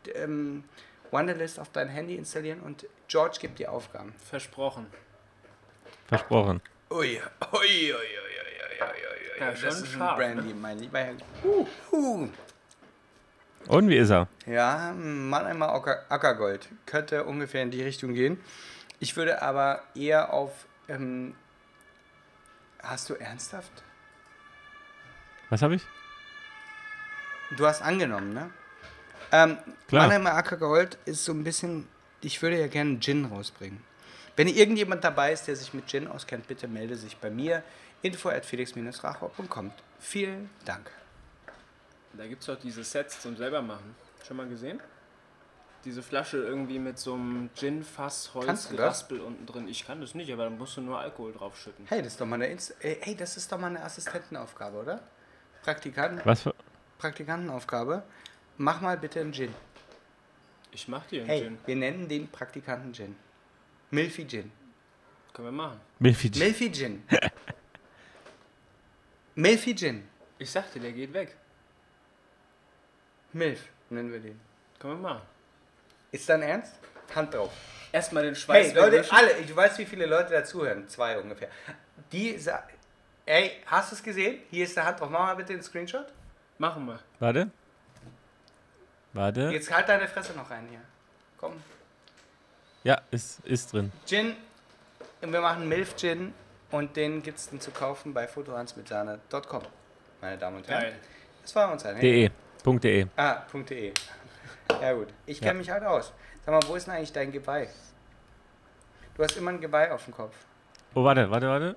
A: d- ähm, Wanderlist auf dein Handy installieren und George gibt dir Aufgaben.
B: Versprochen.
C: versprochen.
A: Ui, ui, ui, ui, ui, ui, ui, ui.
B: Ja, schon
A: das ist ein
B: scharf, ne?
A: Brandy, mein lieber Herr. Uh, uh.
C: Und wie ist er?
A: Ja, Mannheimer Ocker, Ackergold könnte ungefähr in die Richtung gehen. Ich würde aber eher auf. Ähm, hast du ernsthaft?
C: Was habe ich?
A: Du hast angenommen, ne? Ähm,
C: Klar.
A: Mannheimer Ackergold ist so ein bisschen. Ich würde ja gerne Gin rausbringen. Wenn irgendjemand dabei ist, der sich mit Gin auskennt, bitte melde sich bei mir. Info at felix-rachop.com. Vielen Dank.
B: Da gibt's doch diese Sets zum selber machen. Schon mal gesehen? Diese Flasche irgendwie mit so einem Gin-Fass, Holz,
A: Kannst du das?
B: Geraspel unten drin. Ich kann das nicht, aber dann musst du nur Alkohol draufschütten.
A: Hey, das ist doch mal eine, Inst äh, hey, das ist doch mal eine Assistentenaufgabe, oder? Praktikanten
C: Was für,
A: Praktikantenaufgabe. Mach mal bitte einen Gin.
B: Ich mach dir einen
A: Hey,
B: Gin.
A: wir nennen den Praktikanten Gin. Milfi Gin.
B: Können wir machen.
C: Milfi-
A: Milfi Gin. Milfi Gin.
B: Ich sagte, der geht weg.
A: Milf nennen wir den.
B: Können wir machen.
A: Ist dein Ernst? Hand drauf.
B: Erstmal den Schweiß
A: Hey, Leute,
B: wegwischen.
A: alle, ich weiß, wie viele Leute dazuhören. Zwei ungefähr. Die sa- Ey, hast du es gesehen? Hier ist der Hand drauf. Mach mal bitte den Screenshot.
B: Machen wir.
C: Warte. Warte.
A: Jetzt halt deine Fresse noch rein hier. Komm.
C: Ja, ist, ist drin.
A: Gin. Und wir machen Milf Gin. Und den gibt es dann zu kaufen bei fotohansmitsahne.com. Meine Damen und Herren.
B: Geil.
A: Das war uns ein.
C: De. E. Punkt De.
A: Ah, .de. Ja gut, ich kenne
C: Ja.
A: mich halt aus. Sag mal, wo ist denn eigentlich dein Geweih? Du hast immer ein Geweih auf dem Kopf.
C: Oh, warte, warte, warte.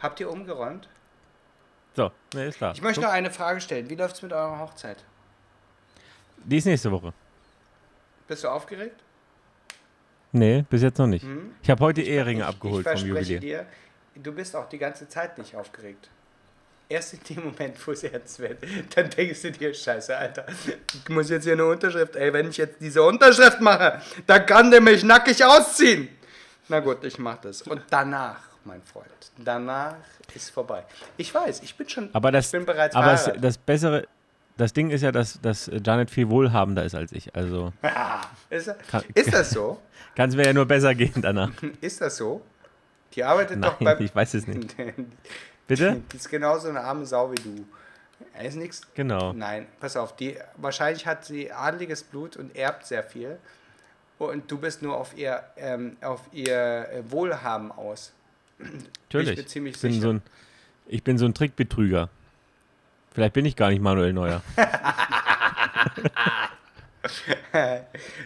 A: Habt ihr umgeräumt?
C: So, ne, ist da.
A: Ich möchte noch eine Frage stellen. Wie läuft's mit eurer Hochzeit?
C: Die ist nächste Woche.
A: Bist du aufgeregt?
C: Nee, bis jetzt noch nicht.
A: Hm?
C: Ich habe heute Eheringe
A: Ich-
C: abgeholt
A: ich
C: vom
A: verspreche
C: Jubiläum.
A: Dir, du bist auch die ganze Zeit nicht aufgeregt. Erst in dem Moment, wo es ernst wird, dann denkst du dir, scheiße, Alter, ich muss jetzt hier eine Unterschrift, ey, wenn ich jetzt diese Unterschrift mache, dann kann der mich nackig ausziehen. Na gut, ich mach das. Und danach, mein Freund, danach ist vorbei. Ich weiß, ich bin schon,
C: Aber das,
A: ich bin bereits
C: aber das,
A: verheiratet.
C: das bessere, das Ding ist ja, dass, dass Janet viel wohlhabender ist als ich. Also
A: Ist,
C: Kann-
A: ist das so?
C: kann es mir ja nur besser gehen danach.
A: Ist das so? Die arbeitet doch
C: Nein,
A: beim...
C: ich weiß es nicht.
A: Die
C: Bitte?
A: ist genauso eine arme Sau wie du. Er ist nichts.
C: Genau.
A: Nein, pass auf. Die, wahrscheinlich hat sie adeliges Blut und erbt sehr viel. Und du bist nur auf ihr, ähm, auf ihr äh, Wohlhaben aus.
C: Natürlich.
A: bin ziemlich
C: bin
A: sicher.
C: So ein, ich bin so ein Trickbetrüger. Vielleicht bin ich gar nicht Manuel Neuer.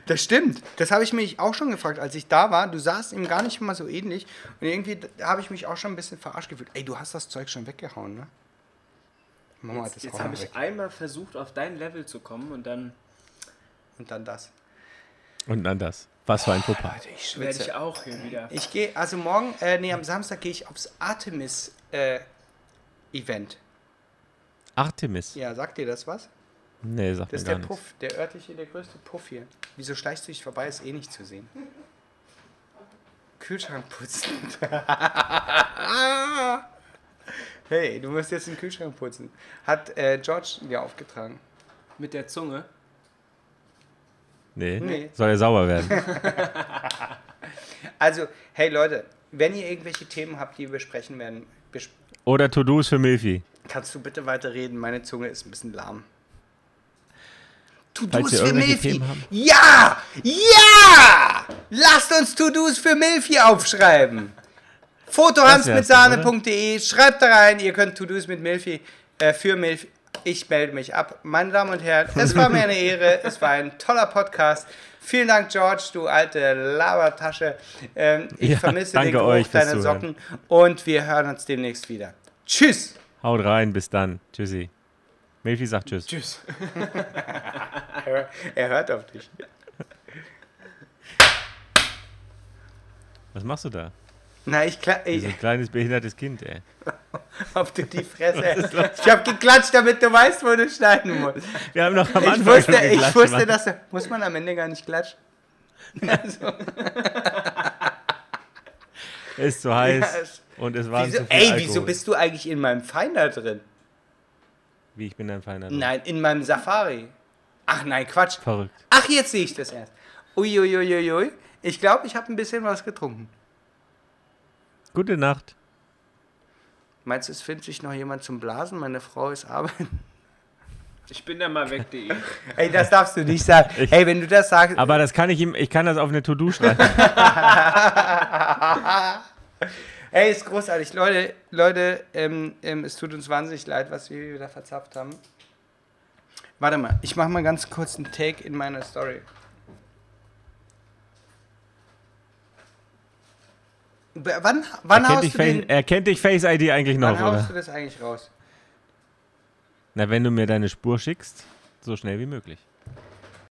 A: Das stimmt. Das habe ich mich auch schon gefragt, als ich da war. Du sahst ihm gar nicht mal so ähnlich. Und irgendwie d- habe ich mich auch schon ein bisschen verarscht gefühlt. Ey, du hast das Zeug schon weggehauen, ne? Mama hat das
B: Jetzt
A: auch
B: habe
A: noch
B: ich
A: weg.
B: einmal versucht, auf dein Level zu kommen und dann
A: Und dann das.
C: Und dann das. Was für ein Fauxpas.
A: Alter, ich
B: werde
A: schwitze.
B: ich auch hier wieder.
A: Ich gehe, also morgen, äh, nee, am Samstag gehe ich aufs äh, Artemis-Event.
C: Artemis.
A: ja, sagt dir das was?
C: Nee, sagt
A: Das ist
C: mir gar
A: der
C: nichts.
A: Puff, der örtliche, der größte Puff hier. Wieso schleichst du dich vorbei? Ist eh nicht zu sehen. Kühlschrank putzen. hey, du musst jetzt den Kühlschrank putzen. Hat äh, George dir aufgetragen.
B: Mit der Zunge.
C: Nee.
A: Nee.
C: Soll er sauber werden.
A: Also, hey Leute, wenn ihr irgendwelche Themen habt, die wir besprechen werden, besp
C: Oder To-Do's für Milfi.
A: kannst du bitte weiterreden. Meine Zunge ist ein bisschen lahm.
C: Falls ihr
A: To-Dos für
C: irgendwelche
A: Milfi.
C: Themen habt.
A: Ja! Ja! Lasst uns To-Dos für Milfi aufschreiben.
C: wär's
A: Fotohansmitsahne.de, E. schreibt da rein, ihr könnt To-Dos mit Milfi, äh, für Milfi. Ich melde mich ab. Meine Damen und Herren, es war mir eine Ehre, es war ein toller Podcast. Vielen Dank, George, du alte Labertasche. Ähm, ich
C: Ja,
A: vermisse
C: danke
A: den Geruch
C: euch fürs
A: deiner
C: Zuhören.
A: Socken und wir hören uns demnächst wieder. Tschüss!
C: Haut rein, bis dann. Tschüssi. Milfi sagt Tschüss.
B: Tschüss.
A: Er, er hört auf dich.
C: Was machst du da?
A: Na, ich klar,
C: Wie so ein kleines behindertes Kind, ey.
A: auf du die Fresse. Ich habe geklatscht, damit du weißt, wo du schneiden musst.
C: Wir haben noch am Anfang
A: Ich wusste,
C: schon geklatscht,
A: ich wusste,
C: Mann.
A: dass du, muss man am Ende gar nicht klatschen. Also,
C: Ist zu heiß.
A: Ja, es-
C: und es war
A: wieso,
C: zu viel
A: ey,
C: Alkohol.
A: wieso bist du eigentlich in meinem Finder drin?
C: Wie, ich bin dein Feind. Nein.
A: Nein, in meinem Safari. Ach nein, Quatsch.
C: Verrückt.
A: Ach, jetzt sehe ich das erst. Uiuiuiui. Ich glaube, ich habe ein bisschen was getrunken.
C: Gute Nacht.
A: Meinst du, es findet sich noch jemand zum Blasen? Meine Frau ist arbeiten.
B: Ich bin da mal E. weg.de.
A: Ey, das darfst du nicht sagen.
C: Ich-
A: Ey, wenn du das sagst,
C: Aber das kann ich ihm, ich kann das auf eine To-Do schreiben.
A: Ey, ist großartig. Leute, Leute ähm, ähm, es tut uns wahnsinnig leid, was wir wieder verzapft haben. Warte mal, ich mache mal ganz kurz einen Take in meiner Story. B- Wann, wann,
C: Erkennt
A: haust
C: dich,
A: du,
C: Face,
A: den,
C: erkennt dich Face ID eigentlich noch,
A: wann haust du
C: oder?
A: das eigentlich raus?
C: Na, wenn du mir deine Spur schickst, so schnell wie möglich.